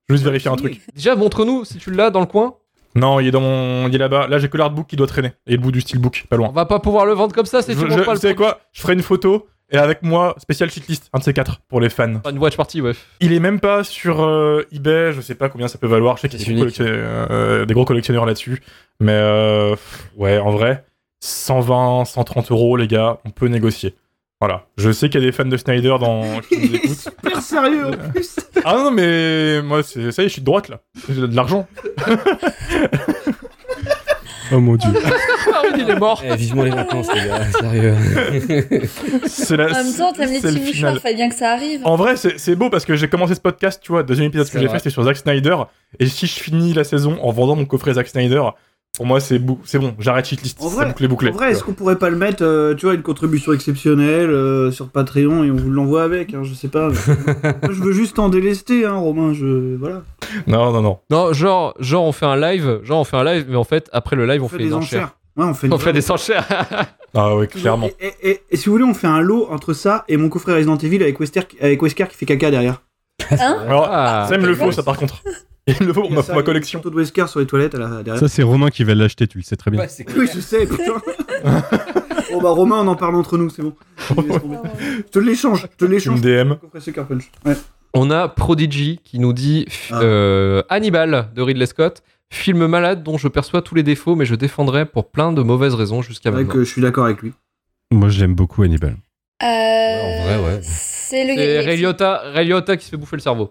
[SPEAKER 6] Je vais juste vérifier un truc.
[SPEAKER 3] Déjà, montre-nous si tu l'as dans le coin.
[SPEAKER 6] Non, il est dans mon. Il est là-bas. Là, j'ai que l'artbook qui doit traîner. Et le bout du steelbook, pas
[SPEAKER 3] On
[SPEAKER 6] loin.
[SPEAKER 3] va pas pouvoir le vendre comme ça,
[SPEAKER 6] Je,
[SPEAKER 3] c'est tu montres
[SPEAKER 6] je-
[SPEAKER 3] pas
[SPEAKER 6] vous
[SPEAKER 3] le
[SPEAKER 6] savez quoi Je ferai une photo et avec moi, spécial cheatlist, un de ces quatre pour les fans.
[SPEAKER 3] Enfin, une watch party, ouais.
[SPEAKER 6] Il est même pas sur euh, eBay, je sais pas combien ça peut valoir. Je sais qu'il y a
[SPEAKER 5] C'est
[SPEAKER 6] des gros,
[SPEAKER 5] unique.
[SPEAKER 6] collectionne- euh, des gros collectionneurs là-dessus. Mais euh, pff, ouais, en vrai, 120, 130 euros, les gars, on peut négocier. Voilà. Je sais qu'il y a des fans de Snyder dans.
[SPEAKER 4] [laughs]
[SPEAKER 6] qui nous écoutent.
[SPEAKER 4] Super sérieux en plus.
[SPEAKER 6] Ah non, mais moi, c'est ça y est, je suis de droite là. J'ai de l'argent.
[SPEAKER 7] Oh mon dieu.
[SPEAKER 3] Ah, oui, il est [laughs] mort.
[SPEAKER 5] eh, vivement les vacances, les gars, [laughs] sérieux.
[SPEAKER 6] C'est la.
[SPEAKER 2] En même temps, t'aimes les
[SPEAKER 6] c'est le
[SPEAKER 2] petits
[SPEAKER 6] final.
[SPEAKER 2] mouchoirs, fallait bien que ça arrive.
[SPEAKER 6] En vrai, c'est c'est beau parce que j'ai commencé ce podcast, tu vois, deuxième épisode que
[SPEAKER 5] C'est
[SPEAKER 6] j'ai
[SPEAKER 5] vrai.
[SPEAKER 6] fait, c'était sur Zack Snyder. Et si je finis la saison en vendant mon coffret Zack Snyder, pour moi, c'est bou- c'est bon, j'arrête cheatlist.
[SPEAKER 4] En
[SPEAKER 6] C'est
[SPEAKER 4] vrai-
[SPEAKER 6] bouclé, bouclé.
[SPEAKER 4] En vrai, est-ce qu'on pourrait pas le mettre, euh, tu vois, une contribution exceptionnelle euh, sur Patreon et on vous l'envoie avec, hein, je sais pas. Moi, je veux juste en délester, hein, Romain, je... Voilà.
[SPEAKER 6] Non, non, non.
[SPEAKER 3] Non, genre, genre on fait un live, genre on fait un live, mais en fait après le live on,
[SPEAKER 4] On
[SPEAKER 3] fait, les enchères.
[SPEAKER 4] Ouais, on fait une
[SPEAKER 3] [laughs] On fait des enchères.
[SPEAKER 6] Ah ouais, clairement.
[SPEAKER 4] Et, et- et- et si vous voulez, on fait un lot entre ça et mon coffret Resident Evil avec Wesker, avec Wesker qui fait caca derrière.
[SPEAKER 2] Hein
[SPEAKER 6] Alors,
[SPEAKER 3] Ah,
[SPEAKER 6] ça me le faut, ça par contre. Il me le faut pour ma,
[SPEAKER 4] Ça,
[SPEAKER 6] ma
[SPEAKER 4] il y a
[SPEAKER 6] collection.
[SPEAKER 4] une photo de Wesker sur les toilettes à la- derrière.
[SPEAKER 7] Ça, c'est Romain qui va l'acheter, tu le sais très bien.
[SPEAKER 5] Ouais, c'est
[SPEAKER 4] [laughs] Oui, je sais, putain. [laughs] bon, bah, Romain, on en parle entre nous, c'est bon. Je te l'échange, je te
[SPEAKER 6] Tu me
[SPEAKER 4] l'échange.
[SPEAKER 6] DM.
[SPEAKER 4] Coffret Sucker Punch. Ouais.
[SPEAKER 3] On a Prodigy qui nous dit f-
[SPEAKER 4] Ah.
[SPEAKER 3] euh, Hannibal de Ridley Scott, film malade dont je perçois tous les défauts, mais je défendrai pour plein de mauvaises raisons jusqu'à
[SPEAKER 4] C'est vrai
[SPEAKER 3] maintenant.
[SPEAKER 4] que je suis d'accord avec lui.
[SPEAKER 7] Moi, j'aime beaucoup Hannibal.
[SPEAKER 2] Euh,
[SPEAKER 5] en vrai, ouais.
[SPEAKER 2] C'est le
[SPEAKER 3] C'est Ray Liotta, Ray Liotta qui se fait bouffer le cerveau.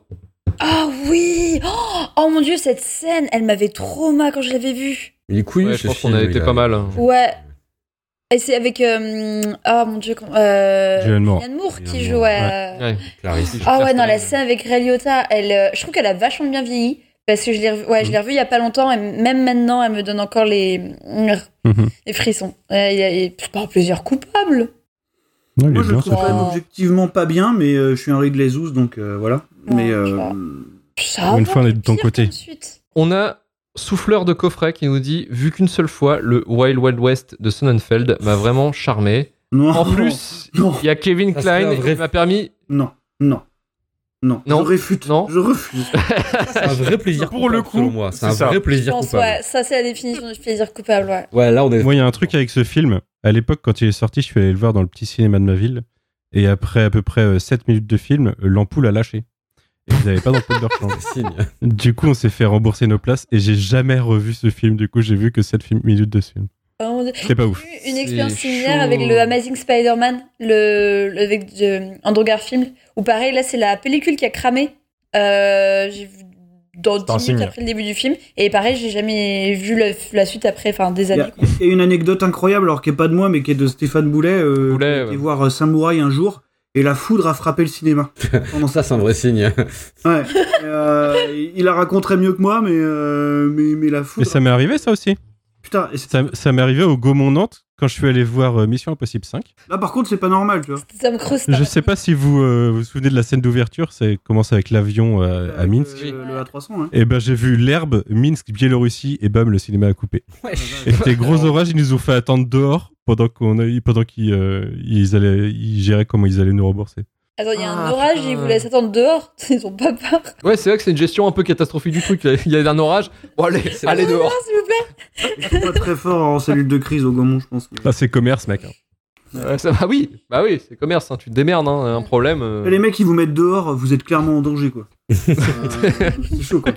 [SPEAKER 2] Ah oui oh, oh mon dieu, cette scène, elle m'avait trauma quand je l'avais vue.
[SPEAKER 5] Il est couillu,
[SPEAKER 3] Ouais, je
[SPEAKER 5] ce
[SPEAKER 3] pense
[SPEAKER 5] film,
[SPEAKER 3] qu'on a
[SPEAKER 5] il
[SPEAKER 3] été pas mal, hein.
[SPEAKER 2] Ouais. Et c'est avec. euh, Ah mon dieu. comment- Euh,
[SPEAKER 7] Julianne Moore.
[SPEAKER 2] Julianne Moore qui
[SPEAKER 5] Julianne
[SPEAKER 2] joue
[SPEAKER 5] Moore,
[SPEAKER 2] à.
[SPEAKER 3] Ouais.
[SPEAKER 5] Clarisse.
[SPEAKER 2] Ah ouais, non, la scène avec Ray Liotta, elle, euh, je trouve qu'elle a vachement bien vieilli. Parce que je l'ai revu, ouais,
[SPEAKER 7] Mm.
[SPEAKER 2] je l'ai revue il y a pas longtemps et même maintenant, elle me donne encore les,
[SPEAKER 7] Mhm.
[SPEAKER 2] les frissons. Euh, Il y a il y a pas plusieurs coupables.
[SPEAKER 7] Non, il
[SPEAKER 4] Moi,
[SPEAKER 7] est
[SPEAKER 4] je le
[SPEAKER 7] bien,
[SPEAKER 4] trouve
[SPEAKER 7] ça.
[SPEAKER 4] quand même objectivement pas bien, mais euh, je suis un Ridley Zouz, donc euh, voilà.
[SPEAKER 2] Ouais,
[SPEAKER 4] mais euh,
[SPEAKER 2] tu vois. Ça
[SPEAKER 7] Une
[SPEAKER 2] va,
[SPEAKER 7] fois, on est de ton
[SPEAKER 2] pire
[SPEAKER 7] côté.
[SPEAKER 2] tout de suite.
[SPEAKER 3] On a Souffleur de coffret qui nous dit Vu qu'une seule fois, le Wild Wild West de Sonnenfeld m'a vraiment charmé.
[SPEAKER 4] non. [laughs]
[SPEAKER 3] En plus,
[SPEAKER 4] non,
[SPEAKER 3] il y a Kevin
[SPEAKER 5] Ça serait
[SPEAKER 3] Klein
[SPEAKER 5] un vrai-
[SPEAKER 3] qui m'a permis.
[SPEAKER 4] non, non, non,
[SPEAKER 3] Non.
[SPEAKER 4] je réfute,
[SPEAKER 3] Non.
[SPEAKER 4] je refuse.
[SPEAKER 5] C'est un vrai plaisir
[SPEAKER 6] Pour le
[SPEAKER 5] coupable,
[SPEAKER 6] coup,
[SPEAKER 5] selon moi. C'est un
[SPEAKER 6] c'est ça.
[SPEAKER 5] vrai
[SPEAKER 2] Je
[SPEAKER 5] plaisir
[SPEAKER 2] pense,
[SPEAKER 5] coupable.
[SPEAKER 2] ouais, ça c'est la définition du plaisir coupable, ouais.
[SPEAKER 5] Ouais, là, on est.
[SPEAKER 7] Moi, il y a un truc avec ce film. À l'époque, quand il est sorti, je suis allé le voir dans le petit cinéma de ma ville. Et après à peu près euh, 7 minutes de film, euh, l'ampoule a lâché. Et ils n'avaient pas d'ampoule
[SPEAKER 4] [laughs]
[SPEAKER 7] de rechange.
[SPEAKER 5] Signe. [laughs]
[SPEAKER 7] Du coup, on s'est fait rembourser nos places et j'ai jamais revu ce film. Du coup, j'ai vu que 7 fi- minutes de ce film.
[SPEAKER 2] Oh mon Dieu.
[SPEAKER 7] C'est pas ouf.
[SPEAKER 2] J'ai eu Une
[SPEAKER 3] C'est
[SPEAKER 2] expérience similaire
[SPEAKER 3] chaud.
[SPEAKER 2] avec le Amazing Spider-Man, le, le- avec de- Andrew Garfield, où pareil, là c'est la pellicule qui a cramé. Euh, j'ai vu dans 10
[SPEAKER 6] un
[SPEAKER 2] minutes
[SPEAKER 6] signe.
[SPEAKER 2] après le début du film. Et pareil, j'ai jamais vu le- la suite après, enfin des
[SPEAKER 4] Il y
[SPEAKER 2] années.
[SPEAKER 4] a- Et une anecdote incroyable, alors qui est pas de moi, mais qui est de Stéphane Boulet, euh,
[SPEAKER 3] Boulet,
[SPEAKER 4] qui a
[SPEAKER 3] ouais.
[SPEAKER 4] été voir euh, Samouraï un jour, et la foudre a frappé
[SPEAKER 3] [laughs]
[SPEAKER 4] le cinéma. Pendant ça.
[SPEAKER 5] Ça, c'est un vrai signe.
[SPEAKER 4] Ouais. Et, euh, il la raconterait mieux que moi, mais, euh, mais, mais la
[SPEAKER 7] Mais
[SPEAKER 4] foudre.
[SPEAKER 7] ça m'est arrivé, ça aussi.
[SPEAKER 4] Putain, et c'est-
[SPEAKER 7] Ça, ça m'est arrivé au Gaumont-Nantes quand je suis allé voir euh, Mission Impossible 5.
[SPEAKER 4] là par contre, c'est pas normal, tu vois.
[SPEAKER 2] Tom Cruise,
[SPEAKER 7] Je
[SPEAKER 2] t'as-
[SPEAKER 7] sais pas si vous euh, vous souvenez de la scène d'ouverture. C'est commence avec l'avion euh, à
[SPEAKER 4] Avec,
[SPEAKER 7] Minsk.
[SPEAKER 4] euh, le A300, hein. [laughs]
[SPEAKER 7] Et ben, j'ai vu l'herbe, Minsk, Biélorussie, et bam, le cinéma a coupé. [laughs] Et c'était gros orage, ils nous ont fait attendre dehors pendant qu'on a- pendant qu'ils euh, ils allaient ils géraient comment ils allaient nous rembourser.
[SPEAKER 2] Attends, il y a un
[SPEAKER 3] Ah,
[SPEAKER 2] orage,
[SPEAKER 3] putain.
[SPEAKER 2] ils vous laissent attendre dehors. [laughs] Ils ont pas peur.
[SPEAKER 3] Ouais, c'est vrai que c'est une gestion un peu catastrophique du truc. Il y a un orage. Bon, allez,
[SPEAKER 5] C'est
[SPEAKER 3] allez dehors.
[SPEAKER 2] S'il vous plaît.
[SPEAKER 4] Ils sont pas très fort en cellule de crise au Gaumont, je pense.
[SPEAKER 7] Ah, c'est commerce mec.
[SPEAKER 3] Ouais, ça- bah oui, bah oui, c'est commerce. hein, Tu te démerdes, hein, un problème. euh.
[SPEAKER 4] Et les mecs, ils vous mettent dehors, vous êtes clairement en danger,
[SPEAKER 3] [laughs]
[SPEAKER 4] quoi. Euh, c'est chaud, quoi.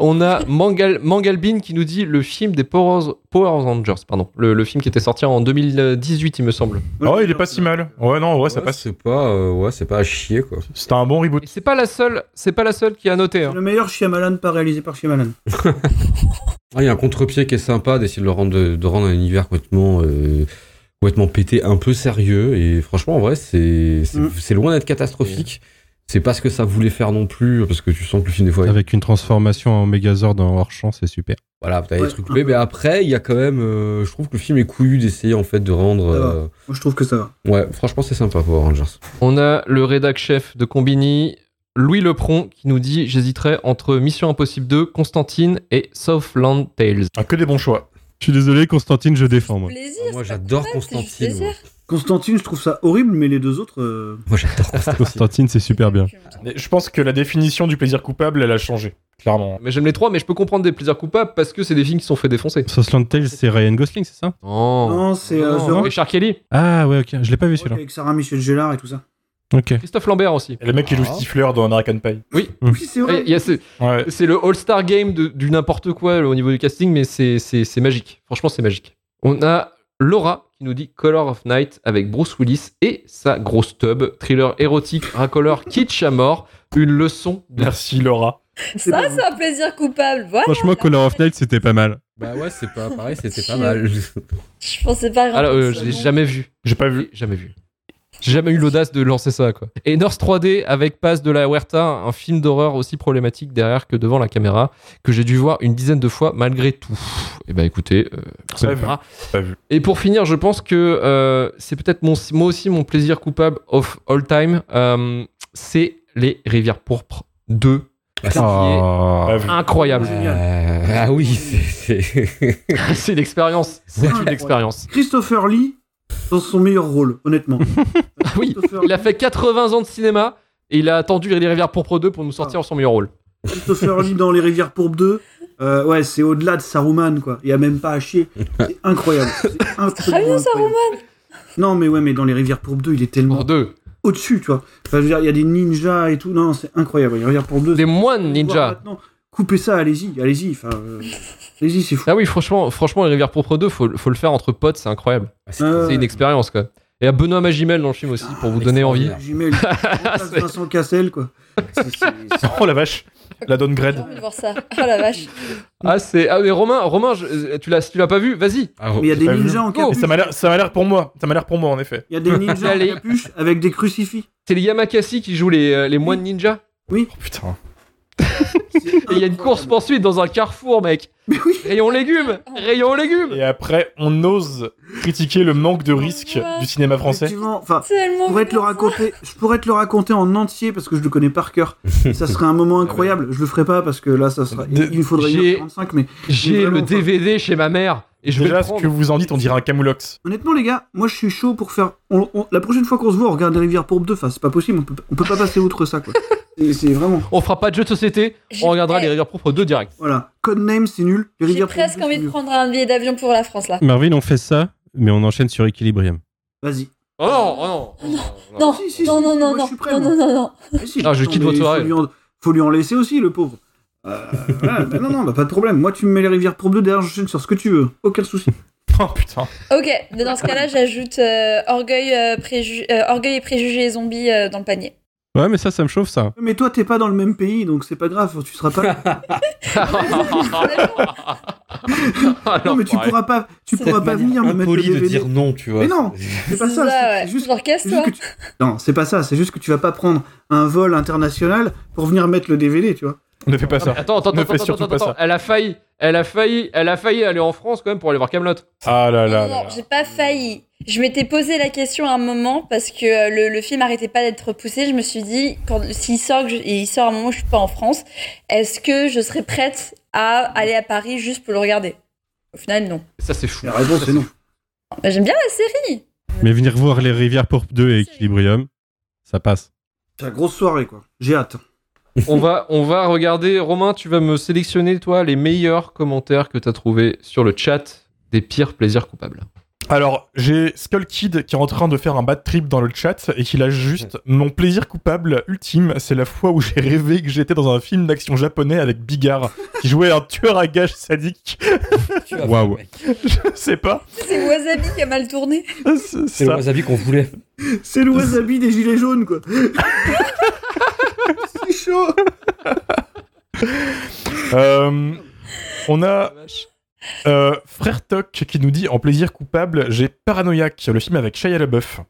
[SPEAKER 3] On a Mangal, Mangalbin qui nous dit le film des Power, Power Rangers, pardon, le, le film qui était sorti en 2018, il me semble.
[SPEAKER 6] Ah ouais, il est pas
[SPEAKER 4] hein.
[SPEAKER 6] si mal. Ouais, non, ouais, ça passe.
[SPEAKER 5] C'est pas, euh, ouais, c'est pas à chier, quoi.
[SPEAKER 6] C'était un bon reboot.
[SPEAKER 3] Et c'est pas la seule, c'est pas la seule qui a noté.
[SPEAKER 4] C'est
[SPEAKER 3] hein.
[SPEAKER 4] le meilleur Shyamalan pas réalisé par Shyamalan.
[SPEAKER 5] Ah, il y a un contre-pied qui est sympa d'essayer de le rendre, de rendre un univers complètement, euh, complètement pété, un peu sérieux. Et franchement, en vrai, c'est, c'est,
[SPEAKER 4] Mm.
[SPEAKER 5] c'est loin d'être catastrophique. C'est pas ce que ça voulait faire non plus, parce que tu sens que le film, des
[SPEAKER 4] Ah,
[SPEAKER 5] fois,
[SPEAKER 7] Avec une transformation en Megazord en hors champ, c'est super.
[SPEAKER 5] voilà, t'as
[SPEAKER 4] Ouais.
[SPEAKER 5] des trucs. Mais, mais après, il y a quand même, euh, je trouve que le film est couillu d'essayer, en fait, de rendre,
[SPEAKER 4] Ça va.
[SPEAKER 5] euh,
[SPEAKER 4] Moi, je trouve que ça va.
[SPEAKER 5] ouais, franchement, c'est sympa, Power Rangers.
[SPEAKER 3] On a le rédac chef de Combini, Louis Lepron, qui nous dit j'hésiterais entre Mission Impossible 2, Constantine et Southland Tales.
[SPEAKER 6] Ah, que des bons choix.
[SPEAKER 7] Je suis désolé Constantine, je défends moi.
[SPEAKER 2] Plaisir.
[SPEAKER 5] moi,
[SPEAKER 2] c'est pas
[SPEAKER 5] j'adore
[SPEAKER 2] coupable, c'est juste
[SPEAKER 5] Constantine,
[SPEAKER 2] plaisir.
[SPEAKER 4] Constantine, je trouve ça horrible, mais les deux autres. euh,
[SPEAKER 5] Moi, j'adore Constantine.
[SPEAKER 7] Constantine, c'est super [laughs] bien.
[SPEAKER 6] Mais Je pense que la définition du plaisir coupable, elle a changé. Clairement.
[SPEAKER 3] Mais j'aime les trois, mais je peux comprendre des plaisirs coupables parce que c'est des films qui se sont fait défoncer.
[SPEAKER 7] Southland Tales, c'est Ryan Gosling, c'est ça
[SPEAKER 3] Non,
[SPEAKER 4] Non, c'est euh, The
[SPEAKER 3] Oh. non,
[SPEAKER 4] Rock,
[SPEAKER 3] Richard Kelly,
[SPEAKER 7] Ah ouais, ok, je l'ai pas vu celui-là.
[SPEAKER 4] avec Sarah Michel Gellar et tout ça.
[SPEAKER 7] Ok.
[SPEAKER 3] Christophe Lambert aussi.
[SPEAKER 6] Et le mec qui joue
[SPEAKER 5] Ah.
[SPEAKER 6] Stifler dans American Pie.
[SPEAKER 4] Oui, c'est
[SPEAKER 3] Et
[SPEAKER 4] vrai.
[SPEAKER 3] il y a ce-
[SPEAKER 6] Ouais.
[SPEAKER 3] C'est le All-Star Game de- du n'importe quoi au niveau du casting, mais c'est- c'est c'est magique. Franchement, c'est magique. On a Laura qui nous dit Color of Night avec Bruce Willis et sa grosse tub. Thriller érotique, racoleur, kitsch à mort. Une leçon de
[SPEAKER 6] Merci Laura.
[SPEAKER 4] C'est
[SPEAKER 2] Ça,
[SPEAKER 4] pas
[SPEAKER 2] c'est un plaisir coupable.
[SPEAKER 3] Ah,
[SPEAKER 2] Voilà.
[SPEAKER 7] Franchement, Color of Night, c'était pas mal.
[SPEAKER 5] Bah ouais, c'est pas pareil, c'était pas mal.
[SPEAKER 4] [laughs]
[SPEAKER 2] Je pensais pas.
[SPEAKER 3] Alors, euh,
[SPEAKER 2] ça,
[SPEAKER 3] je l'ai
[SPEAKER 2] non.
[SPEAKER 3] jamais vu.
[SPEAKER 6] J'ai pas
[SPEAKER 3] J'ai
[SPEAKER 6] vu.
[SPEAKER 3] Jamais vu. J'ai jamais eu l'audace de lancer ça, quoi. Et North 3D avec Paz de la Huerta, un film d'horreur aussi problématique derrière que devant la caméra, que j'ai dû voir une dizaine de fois malgré tout. Et bah écoutez, euh,
[SPEAKER 6] Pas vu.
[SPEAKER 3] Ah.
[SPEAKER 6] Pas vu.
[SPEAKER 3] Et pour finir, je pense que euh, c'est peut-être mon, moi aussi mon plaisir coupable of all time, euh, c'est les Rivières pourpres 2 qui est
[SPEAKER 6] Ah,
[SPEAKER 3] incroyable.
[SPEAKER 5] Euh, ah oui, [laughs] c'est. c'est-
[SPEAKER 3] c'est une expérience. C'est une expérience. [laughs]
[SPEAKER 4] Christopher Lee dans son meilleur rôle, honnêtement.
[SPEAKER 3] Ah oui,
[SPEAKER 4] Christopher,
[SPEAKER 3] il a fait 80 ans de cinéma et il a attendu Les Rivières Pourpres 2 pour nous
[SPEAKER 4] Ah.
[SPEAKER 3] sortir son meilleur rôle.
[SPEAKER 4] Christopher Lee dans Les Rivières Pourbes 2. Euh, ouais, c'est au-delà de Saruman, quoi. Il y a même pas à chier. C'est incroyable. C'est incroyable.
[SPEAKER 2] très bien, Saruman.
[SPEAKER 4] Non, mais ouais, mais dans Les Rivières Pourbes 2, il est tellement
[SPEAKER 3] Pour deux.
[SPEAKER 4] au-dessus, tu vois. Enfin, je veux dire, il y a des ninjas et tout. Non, non, c'est incroyable. Les Rivières Pourbes 2.
[SPEAKER 3] Des
[SPEAKER 4] c'est-
[SPEAKER 3] moines
[SPEAKER 4] Voir
[SPEAKER 3] ninja.
[SPEAKER 4] maintenant. Coupez ça, allez-y, allez-y. Enfin, euh, allez-y, c'est fou.
[SPEAKER 3] Ah oui, franchement, franchement Les Rivières Pourpres 2, faut, faut le faire entre potes, c'est incroyable.
[SPEAKER 5] ah, c'est-
[SPEAKER 4] Euh,
[SPEAKER 3] C'est une expérience, quoi. Et il y a Benoît Magimel dans le film aussi pour vous donner envie.
[SPEAKER 5] Extraordinaire.
[SPEAKER 3] [laughs]
[SPEAKER 4] Jimel,
[SPEAKER 3] C'est-
[SPEAKER 4] Vincent Cassel, quoi. C'est- c'est-
[SPEAKER 6] [laughs] Oh la vache, la downgrade.
[SPEAKER 2] J'ai envie de voir ça. Oh la vache.
[SPEAKER 3] Ah, c'est. Ah, mais Romain, Romain je- tu l'as tu l'as pas vu Vas-y.
[SPEAKER 5] Ah,
[SPEAKER 4] Mais il y a des
[SPEAKER 6] pas vu.
[SPEAKER 4] ninjas en
[SPEAKER 3] Oh,
[SPEAKER 6] Et
[SPEAKER 4] capuche.
[SPEAKER 6] ça m'a l'air- ça m'a l'air pour moi. Ça m'a l'air pour moi en effet.
[SPEAKER 4] Il y
[SPEAKER 3] [laughs]
[SPEAKER 4] a des ninjas
[SPEAKER 3] Allez.
[SPEAKER 4] en capuche avec des crucifix.
[SPEAKER 3] C'est les Yamakasi qui jouent les, euh, les moines ninja.
[SPEAKER 6] Oh, putain.
[SPEAKER 3] Et il y a une course poursuite dans un carrefour, mec.
[SPEAKER 4] Mais oui.
[SPEAKER 3] Rayon légumes Rayon légumes
[SPEAKER 6] Et après, on ose critiquer le manque de risque
[SPEAKER 3] Oh,
[SPEAKER 6] du cinéma français.
[SPEAKER 4] Effectivement, enfin, je
[SPEAKER 2] Tellement
[SPEAKER 4] pourrais te le
[SPEAKER 2] bien, ça.
[SPEAKER 4] raconter, je pourrais te le raconter en entier parce que je le connais par
[SPEAKER 6] [laughs]
[SPEAKER 4] cœur. Et ça serait un
[SPEAKER 6] Ah
[SPEAKER 4] moment incroyable. Je le ferai pas parce que là, ça sera.
[SPEAKER 3] De-
[SPEAKER 4] Il me faudrait
[SPEAKER 3] j'ai-
[SPEAKER 4] 1h45, mais
[SPEAKER 3] J'ai
[SPEAKER 4] Vraiment,
[SPEAKER 3] le DVD chez ma mère et je vais
[SPEAKER 6] Déjà,
[SPEAKER 3] le
[SPEAKER 6] ce
[SPEAKER 3] prendre.
[SPEAKER 6] que vous en dites, on dirait un camoulox.
[SPEAKER 4] honnêtement, les gars, moi, je suis chaud pour faire. on- on- La prochaine fois qu'on se voit, on regarde les rivières pour deux. Enfin, c'est pas possible. On peut, on peut pas passer outre ça, quoi. C'est- C'est vraiment.
[SPEAKER 3] On fera pas de jeu de société,
[SPEAKER 2] J'ai-
[SPEAKER 3] on regardera
[SPEAKER 2] eh,
[SPEAKER 3] les Rivières Pourpres 2 direct.
[SPEAKER 4] Voilà. Codename, c'est nul. Les
[SPEAKER 2] J'ai
[SPEAKER 4] rivières Pourpres,
[SPEAKER 2] presque
[SPEAKER 4] c'est
[SPEAKER 2] envie de
[SPEAKER 4] nul.
[SPEAKER 2] prendre un billet d'avion pour la France là.
[SPEAKER 7] Marvin, on fait ça, mais on enchaîne sur Equilibrium.
[SPEAKER 2] [laughs]
[SPEAKER 4] Vas-y.
[SPEAKER 3] Oh non, oh non, oh non, oh
[SPEAKER 2] Non,
[SPEAKER 4] Ah. si, si,
[SPEAKER 2] non,
[SPEAKER 4] si,
[SPEAKER 2] non, non,
[SPEAKER 4] moi, je
[SPEAKER 2] non,
[SPEAKER 4] suis prêt,
[SPEAKER 2] non,
[SPEAKER 4] moi.
[SPEAKER 2] non, non, non.
[SPEAKER 4] Mais si,
[SPEAKER 3] Ah, je
[SPEAKER 4] attends,
[SPEAKER 3] quitte
[SPEAKER 4] mais
[SPEAKER 3] votre
[SPEAKER 4] faut
[SPEAKER 3] rêve.
[SPEAKER 4] lui en- Faut lui en laisser aussi, le pauvre. Euh, voilà, bah non, non, bah, pas de problème. Moi, tu me mets les rivières pour deux derrière, j'enchaîne sur ce que tu veux. Aucun souci.
[SPEAKER 6] [laughs] Oh putain.
[SPEAKER 2] Ok, mais dans ce cas-là, j'ajoute euh, orgueil, euh, préju- euh, orgueil et préjugés et zombies euh, dans
[SPEAKER 4] [laughs]
[SPEAKER 2] le panier.
[SPEAKER 7] Ouais, mais ça, ça me chauffe, ça.
[SPEAKER 4] Mais toi, t'es pas dans le même pays, donc c'est pas grave. Tu seras pas. là.
[SPEAKER 3] Ah
[SPEAKER 4] non, mais tu
[SPEAKER 3] l'enfoiré.
[SPEAKER 4] pourras pas. Tu
[SPEAKER 2] C'est
[SPEAKER 4] pourras pas venir me mettre le
[SPEAKER 5] impoli de
[SPEAKER 4] DVD.
[SPEAKER 5] dire non, tu vois.
[SPEAKER 4] Mais non. C'est pas ça. c'est-
[SPEAKER 2] ouais.
[SPEAKER 4] c'est juste.
[SPEAKER 2] Genre,
[SPEAKER 4] c'est juste
[SPEAKER 2] casse-toi.
[SPEAKER 4] que tu... Non, c'est pas ça. C'est juste que tu vas pas prendre un vol international pour venir mettre le DVD, tu vois.
[SPEAKER 6] Ne fais pas ça.
[SPEAKER 3] Attends, attends,
[SPEAKER 6] Ne
[SPEAKER 3] attends,
[SPEAKER 6] fais
[SPEAKER 3] attends,
[SPEAKER 6] surtout
[SPEAKER 3] attends,
[SPEAKER 6] pas
[SPEAKER 3] attends.
[SPEAKER 6] ça.
[SPEAKER 3] elle a failli, elle a failli, elle a failli aller en France quand même pour aller voir Camelot.
[SPEAKER 6] Ah
[SPEAKER 7] Oh
[SPEAKER 6] là là. là
[SPEAKER 2] Non,
[SPEAKER 3] euh,
[SPEAKER 2] non,
[SPEAKER 6] là.
[SPEAKER 2] j'ai pas failli. Je m'étais posé la question à un moment parce que euh, le, le film arrêtait pas d'être repoussé. Je me suis dit, quand s'il sort, que je- et il sort à un moment où je suis pas en France, est-ce que je serais prête à aller à Paris juste pour le regarder Au final, non.
[SPEAKER 3] Ça c'est fou.
[SPEAKER 4] La réponse c'est non.
[SPEAKER 2] Bah, J'aime bien la série.
[SPEAKER 7] Mais venir voir les Rivières Pourpres 2 et Equilibrium, ça passe.
[SPEAKER 4] C'est la grosse soirée, quoi. J'ai hâte.
[SPEAKER 3] on va, on va regarder. Romain, tu vas me sélectionner toi les meilleurs commentaires que t'as trouvé sur le chat des pires plaisirs coupables.
[SPEAKER 6] Alors, j'ai Skull Kid qui est en train de faire un bad trip dans le chat et qui lâche juste Mon plaisir coupable ultime, c'est la fois où j'ai rêvé que j'étais dans un film d'action japonais avec Bigard qui jouait un tueur à gages sadique. [laughs]
[SPEAKER 7] Waouh.
[SPEAKER 6] Je sais pas.
[SPEAKER 2] [laughs] C'est Wasabi qui a mal tourné.
[SPEAKER 6] C'est
[SPEAKER 5] C'est le
[SPEAKER 6] ça.
[SPEAKER 5] wasabi qu'on voulait.
[SPEAKER 4] C'est le wasabi des gilets jaunes, quoi. [laughs] c'est chaud.
[SPEAKER 6] Euh, on a euh, Frère Toc qui nous dit En plaisir coupable, j'ai Paranoïaque, le film avec Shia LaBeouf.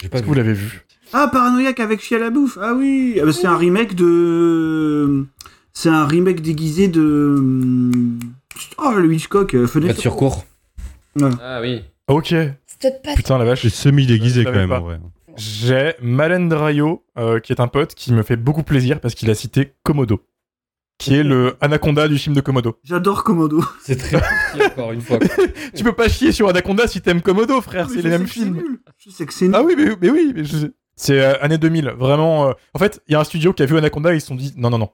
[SPEAKER 5] J'ai pas
[SPEAKER 6] Est-ce que vous l'avez vu
[SPEAKER 4] Ah, Paranoïaque avec Chia la bouffe. Ah oui, Ah bah, c'est un remake de. C'est un remake déguisé de. Oh, le Hitchcock, euh,
[SPEAKER 5] Pas
[SPEAKER 4] Fenêtre.
[SPEAKER 5] de surcours.
[SPEAKER 3] Ah oui.
[SPEAKER 6] Ok.
[SPEAKER 2] C'est peut-être pas.
[SPEAKER 6] Putain, la vache.
[SPEAKER 7] Je suis semi-déguisé
[SPEAKER 6] Je
[SPEAKER 7] quand
[SPEAKER 6] savais
[SPEAKER 7] même,
[SPEAKER 6] pas.
[SPEAKER 7] en vrai.
[SPEAKER 6] J'ai Malen Drayo, euh, qui est un pote qui me fait beaucoup plaisir parce qu'il a cité Komodo, qui est le Anaconda du film de Komodo.
[SPEAKER 4] J'adore Commando.
[SPEAKER 5] C'est très petit, encore une fois.
[SPEAKER 6] tu peux pas chier sur Anaconda si t'aimes Komodo,
[SPEAKER 4] Mais
[SPEAKER 6] frère, Ah, c'est
[SPEAKER 4] je
[SPEAKER 6] les
[SPEAKER 4] sais
[SPEAKER 6] mêmes
[SPEAKER 4] que c'est
[SPEAKER 6] films.
[SPEAKER 4] nul. Je sais que c'est nul.
[SPEAKER 6] Ah oui, mais, mais oui, mais je sais. C'est euh, année 2000, vraiment. euh, En fait, il y a un studio qui a vu Anaconda et ils se sont dit non, non, non.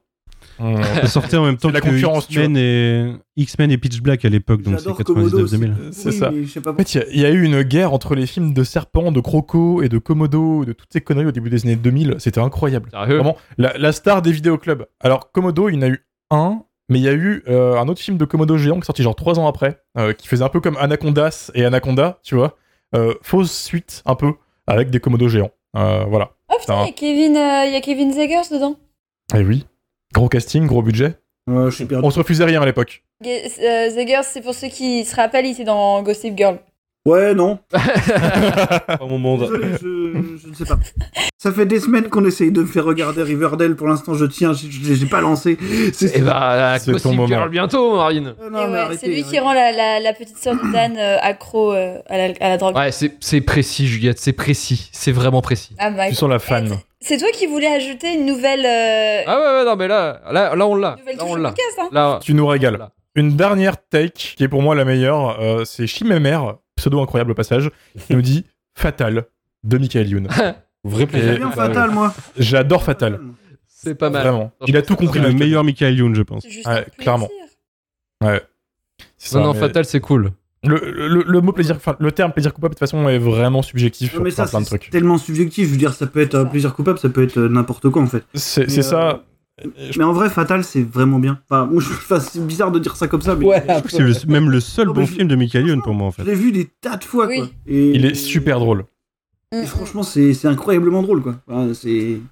[SPEAKER 6] On-
[SPEAKER 4] [laughs]
[SPEAKER 7] Ça
[SPEAKER 6] [laughs]
[SPEAKER 7] sortait en même temps
[SPEAKER 6] de la
[SPEAKER 7] que
[SPEAKER 6] concurrence, tu
[SPEAKER 7] X-Men et... X-Men et Pitch Black à l'époque, donc c'est
[SPEAKER 4] J'adore Komodo aussi.
[SPEAKER 7] 99-2000.
[SPEAKER 6] [laughs] C'est
[SPEAKER 4] Oui,
[SPEAKER 6] ça.
[SPEAKER 4] mais je sais pas
[SPEAKER 6] En fait, il y a- il y, a eu une guerre entre les films de serpents, de crocos et de Komodo, de toutes ces conneries au début des années 2000. C'était incroyable.
[SPEAKER 3] Sérieux
[SPEAKER 6] Vraiment, la, la star des vidéoclubs. Alors, Komodo, il y en a eu un, mais il y a eu euh, un autre film de Komodo géant qui est sorti genre trois ans après, euh, qui faisait un peu comme Anacondas et Anaconda, tu vois. Euh, fausse suite, un peu, avec des Komodo géants. Euh, voilà.
[SPEAKER 2] Oh putain, il y a Kevin, euh, il y a Kevin Zegers dedans.
[SPEAKER 6] Et Eh oui. Gros casting, gros budget.
[SPEAKER 4] Ouais, je suis perdu.
[SPEAKER 6] On se refusait rien à l'époque.
[SPEAKER 2] Ge- euh, Zegers, c'est pour ceux qui se rappellent, il était dans Gossip Girl.
[SPEAKER 4] Ouais, non.
[SPEAKER 5] Pas mon monde.
[SPEAKER 6] bah.
[SPEAKER 4] Désolé, je, je ne sais pas. Ça fait des semaines qu'on essaye de me faire regarder Riverdale. Pour l'instant, je tiens. Je je- j'ai pas lancé. C'est
[SPEAKER 3] Eh
[SPEAKER 6] ben.
[SPEAKER 3] bah,
[SPEAKER 6] C'est ton
[SPEAKER 3] Gossip
[SPEAKER 6] moment.
[SPEAKER 3] Girl bientôt, Marine.
[SPEAKER 4] Ah, non,
[SPEAKER 2] Et
[SPEAKER 4] mais
[SPEAKER 2] Eh ouais,
[SPEAKER 4] arrêtez,
[SPEAKER 2] c'est lui qui
[SPEAKER 4] arrêtez.
[SPEAKER 2] rend la, la- la petite sœur de Dan euh, accro euh, à, la, à la drogue.
[SPEAKER 3] Ouais, c'est c'est précis, Juliette, c'est précis, c'est vraiment précis.
[SPEAKER 2] Ah, my
[SPEAKER 6] Tu
[SPEAKER 2] God.
[SPEAKER 6] sens la fan.
[SPEAKER 2] Eh, C'est toi qui voulais ajouter une nouvelle. euh,
[SPEAKER 3] Ah ouais, ouais, non, mais là, là, là on
[SPEAKER 6] Ah,
[SPEAKER 3] l'a.
[SPEAKER 2] nouvelle
[SPEAKER 3] Là,
[SPEAKER 2] touche
[SPEAKER 3] on
[SPEAKER 2] au
[SPEAKER 3] l'a.
[SPEAKER 2] podcast, hein.
[SPEAKER 3] Là,
[SPEAKER 6] Tu nous régales.
[SPEAKER 3] Là.
[SPEAKER 6] Une dernière take, qui est pour moi la meilleure, euh, c'est Chimamère, pseudo incroyable au passage, qui nous dit Fatal de
[SPEAKER 3] [laughs]
[SPEAKER 6] Michael Youn.
[SPEAKER 5] Vrai
[SPEAKER 6] plaisir.
[SPEAKER 5] plaisir.
[SPEAKER 6] Et-
[SPEAKER 4] bien
[SPEAKER 6] bah,
[SPEAKER 4] fatal, moi. Euh,
[SPEAKER 6] J'adore Fatal.
[SPEAKER 3] c'est pas mal.
[SPEAKER 6] Vraiment. Il a tout compris.
[SPEAKER 7] le
[SPEAKER 6] Michael.
[SPEAKER 7] meilleur Michael Youn, je pense.
[SPEAKER 4] Ah,
[SPEAKER 2] C'est juste
[SPEAKER 6] Ouais,
[SPEAKER 2] un plaisir.
[SPEAKER 6] clairement. C'est
[SPEAKER 3] Non,
[SPEAKER 6] ça,
[SPEAKER 3] non,
[SPEAKER 6] mais
[SPEAKER 3] Fatal, c'est cool.
[SPEAKER 4] Ah,
[SPEAKER 6] Le, le- le mot plaisir, enfin, le terme plaisir coupable, de toute façon, est vraiment subjectif
[SPEAKER 4] Non,
[SPEAKER 6] sur
[SPEAKER 4] mais
[SPEAKER 6] plein,
[SPEAKER 4] ça,
[SPEAKER 6] plein de
[SPEAKER 4] c'est
[SPEAKER 6] trucs.
[SPEAKER 4] tellement subjectif. Je veux dire, ça peut être un plaisir coupable, ça peut être euh, n'importe quoi, en fait.
[SPEAKER 6] C'est
[SPEAKER 4] Mais,
[SPEAKER 6] c'est
[SPEAKER 4] euh,
[SPEAKER 6] ça.
[SPEAKER 4] Mais en vrai, Fatal, c'est vraiment bien. Enfin, moi, je- enfin, c'est bizarre de dire ça comme ça, mais
[SPEAKER 7] Je crois que c'est le- même le seul
[SPEAKER 4] Non, mais
[SPEAKER 7] bon
[SPEAKER 4] je-
[SPEAKER 7] film de Michael Youn pour moi, en
[SPEAKER 4] je
[SPEAKER 7] fait.
[SPEAKER 4] l'ai vu des tas de fois,
[SPEAKER 2] Oui.
[SPEAKER 4] quoi. Et-
[SPEAKER 6] Il est super drôle.
[SPEAKER 2] Mm,
[SPEAKER 4] et
[SPEAKER 2] mm.
[SPEAKER 4] franchement, c'est c'est incroyablement drôle, quoi. Enfin, c'est... Tu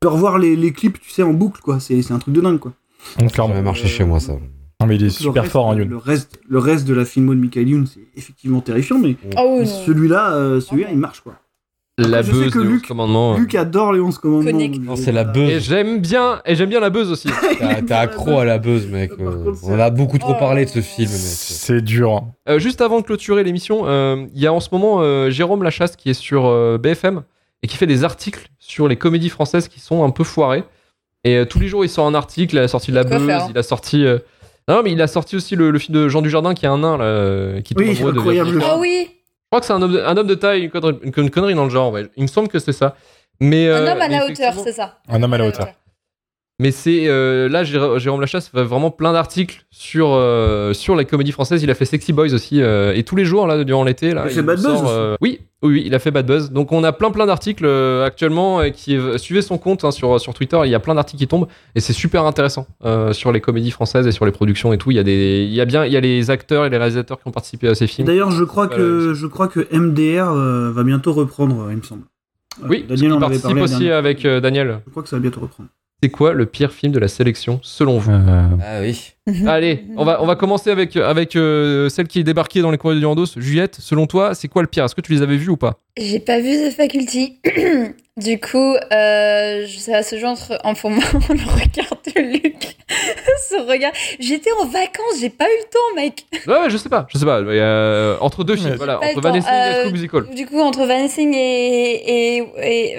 [SPEAKER 4] peux revoir les, les clips, tu sais, en boucle, quoi. C'est c'est un truc de dingue, quoi.
[SPEAKER 6] Donc,
[SPEAKER 5] Ça va
[SPEAKER 6] clairement.
[SPEAKER 5] marcher chez moi, ça.
[SPEAKER 6] Non, mais il est
[SPEAKER 4] Donc, le
[SPEAKER 6] super
[SPEAKER 4] reste- euh,
[SPEAKER 6] fort, hein, Youn.
[SPEAKER 4] Le reste, le reste de la filmo de Michael Youn, c'est effectivement terrifiant, mais
[SPEAKER 2] Ah oui, non.
[SPEAKER 4] celui-là, euh, celui-là, il marche, quoi.
[SPEAKER 3] La
[SPEAKER 4] je sais
[SPEAKER 3] buzz
[SPEAKER 4] que
[SPEAKER 3] de
[SPEAKER 4] Luc-
[SPEAKER 3] Onze commandements.
[SPEAKER 4] Luc adore les 11 commandements. euh,
[SPEAKER 2] Connect.
[SPEAKER 5] Non, c'est la
[SPEAKER 3] Et
[SPEAKER 5] buzz.
[SPEAKER 3] j'aime bien, et j'aime bien la buzz
[SPEAKER 2] [laughs]
[SPEAKER 3] aussi.
[SPEAKER 5] T'as- T'es accro à la buzz, mec.
[SPEAKER 4] Par contre,
[SPEAKER 5] Euh,
[SPEAKER 4] c'est-
[SPEAKER 5] On a beaucoup trop
[SPEAKER 2] Oh.
[SPEAKER 5] parlé de ce film, mec.
[SPEAKER 6] C'est dur. hein.
[SPEAKER 3] Euh, juste avant de clôturer l'émission, euh, il y a en ce moment euh, Jérôme Lachasse qui est sur euh, BFM et qui fait des articles sur les comédies françaises qui sont un peu foirées. Et euh, tous les jours, il sort un article, il a sorti de la
[SPEAKER 2] Quoi
[SPEAKER 3] buzz,
[SPEAKER 2] faire hein
[SPEAKER 3] il a sorti. euh, Non, mais il a sorti aussi le, le film de Jean Dujardin qui est un nain là, euh, qui tombe
[SPEAKER 4] Oui,
[SPEAKER 3] amoureux de
[SPEAKER 4] incroyable.
[SPEAKER 3] Virginie.
[SPEAKER 2] Ah oui,
[SPEAKER 3] Je crois que c'est un homme de, un homme de taille, une connerie, une- une connerie dans le genre. ouais. Il me semble que c'est ça. Mais,
[SPEAKER 2] un
[SPEAKER 3] euh,
[SPEAKER 2] homme à
[SPEAKER 3] mais
[SPEAKER 2] la hauteur,
[SPEAKER 3] effectivement-
[SPEAKER 2] c'est ça.
[SPEAKER 6] Un homme à la hauteur.
[SPEAKER 3] mais c'est euh, là Jérô- Jérôme Lachasse fait vraiment plein d'articles sur euh, sur la comédie française. Il a fait Sexy Boys aussi euh, et tous les jours là durant l'été là.
[SPEAKER 4] Il a fait Bad
[SPEAKER 3] nous
[SPEAKER 4] Buzz
[SPEAKER 3] euh, oui, oui, oui, il a fait Bad Buzz. Donc on a plein plein d'articles euh, actuellement euh, qui suivez son compte hein, sur sur Twitter. Il y a plein d'articles qui tombent et c'est super intéressant euh, sur les comédies françaises et sur les productions et tout. Il y a des il y a bien il y a les acteurs et les réalisateurs qui ont participé à ces films.
[SPEAKER 4] D'ailleurs, je crois que je crois que MDR euh, va bientôt reprendre, euh, il me semble. Euh,
[SPEAKER 3] Oui,
[SPEAKER 4] Daniel
[SPEAKER 3] il
[SPEAKER 4] en avait
[SPEAKER 3] participe
[SPEAKER 4] parlé. la
[SPEAKER 3] aussi
[SPEAKER 4] dernière fois.
[SPEAKER 3] avec euh, Daniel.
[SPEAKER 4] Je crois que ça va bientôt reprendre.
[SPEAKER 3] C'est quoi le pire film de la sélection selon vous
[SPEAKER 5] Ah oui.
[SPEAKER 2] Mm.
[SPEAKER 3] Allez, on va, on va commencer avec, avec euh, celle qui est débarquée dans les courriers du Randos. Juliette, selon toi, c'est quoi le pire Est-ce que tu les avais vus ou
[SPEAKER 2] [laughs]
[SPEAKER 3] pas
[SPEAKER 2] J'ai pas vu The Faculty. [clears throat] du coup, euh, je- ça va se jouer entre, en [laughs] pour moi, le regard de Luc. [laughs] Ce regard. J'étais en vacances, j'ai pas eu le temps, mec.
[SPEAKER 3] Ouais, ouais, je sais pas, je sais pas. mais, euh, entre deux films,
[SPEAKER 6] Mais-
[SPEAKER 3] voilà,
[SPEAKER 2] Pas le
[SPEAKER 3] entre Vanessa
[SPEAKER 2] temps,
[SPEAKER 3] et High School
[SPEAKER 2] euh, [laughs]
[SPEAKER 3] Musical.
[SPEAKER 2] Du coup, entre Vanessing et. et, et...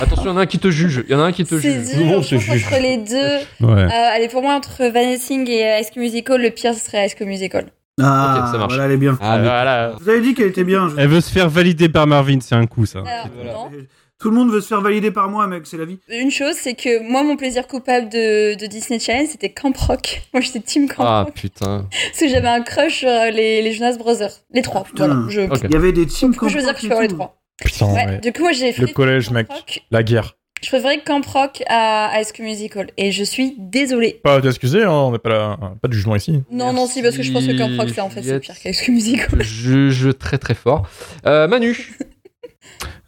[SPEAKER 3] Attention, il y en a un qui te juge. Il y en a un qui te
[SPEAKER 2] C'est
[SPEAKER 3] juge.
[SPEAKER 5] Tout le
[SPEAKER 2] dur,
[SPEAKER 5] monde
[SPEAKER 2] je
[SPEAKER 5] se
[SPEAKER 2] pense,
[SPEAKER 5] juge.
[SPEAKER 2] entre les deux. Euh,
[SPEAKER 7] Ouais.
[SPEAKER 2] allez, pour moi, entre Vanessing et euh, High School Musical, le pire, ce serait High School Musical.
[SPEAKER 4] Ah,
[SPEAKER 3] ça marche.
[SPEAKER 4] voilà, elle est bien.
[SPEAKER 5] Ah, mais-
[SPEAKER 3] voilà.
[SPEAKER 4] Vous avez dit qu'elle était bien. je- Euh,
[SPEAKER 7] Elle veut se faire valider par Marvin, c'est un coup, ça.
[SPEAKER 2] Alors,
[SPEAKER 5] voilà.
[SPEAKER 2] Ah, non.
[SPEAKER 4] Tout le monde veut se faire valider par moi, mec, c'est la vie.
[SPEAKER 2] Une chose, c'est que moi, mon plaisir coupable de, de Disney Channel, c'était Camp Rock. [laughs] Moi, j'étais Team Camp
[SPEAKER 3] Ah
[SPEAKER 2] Rock. [laughs]
[SPEAKER 3] putain.
[SPEAKER 2] Parce que j'avais un crush sur euh, les, les Jonas Brothers. Les trois.
[SPEAKER 4] putain.
[SPEAKER 2] voilà. Je,
[SPEAKER 3] Ok.
[SPEAKER 4] Il y avait des teams
[SPEAKER 2] Du coup, je veux dire que je
[SPEAKER 4] Camp
[SPEAKER 2] préfère
[SPEAKER 4] Rock et
[SPEAKER 2] les trois.
[SPEAKER 6] Putain,
[SPEAKER 2] Ouais,
[SPEAKER 6] ouais.
[SPEAKER 2] Du coup, moi, j'ai
[SPEAKER 6] Le
[SPEAKER 2] fait
[SPEAKER 6] collège,
[SPEAKER 2] Camp
[SPEAKER 6] mec.
[SPEAKER 2] Rock.
[SPEAKER 6] La guerre.
[SPEAKER 2] Je préférais Camp Rock à High School Musical. Et je suis désolée.
[SPEAKER 6] Pas à t'excuser, hein, on n'a pas, là- pas de jugement ici.
[SPEAKER 2] Non, non, si, parce que je pense que Camp Rock, c'est en fait c'est
[SPEAKER 3] Juliette.
[SPEAKER 2] pire qu'High
[SPEAKER 4] [laughs]
[SPEAKER 2] School Musical.
[SPEAKER 3] Je juge très très fort. Euh, Manu.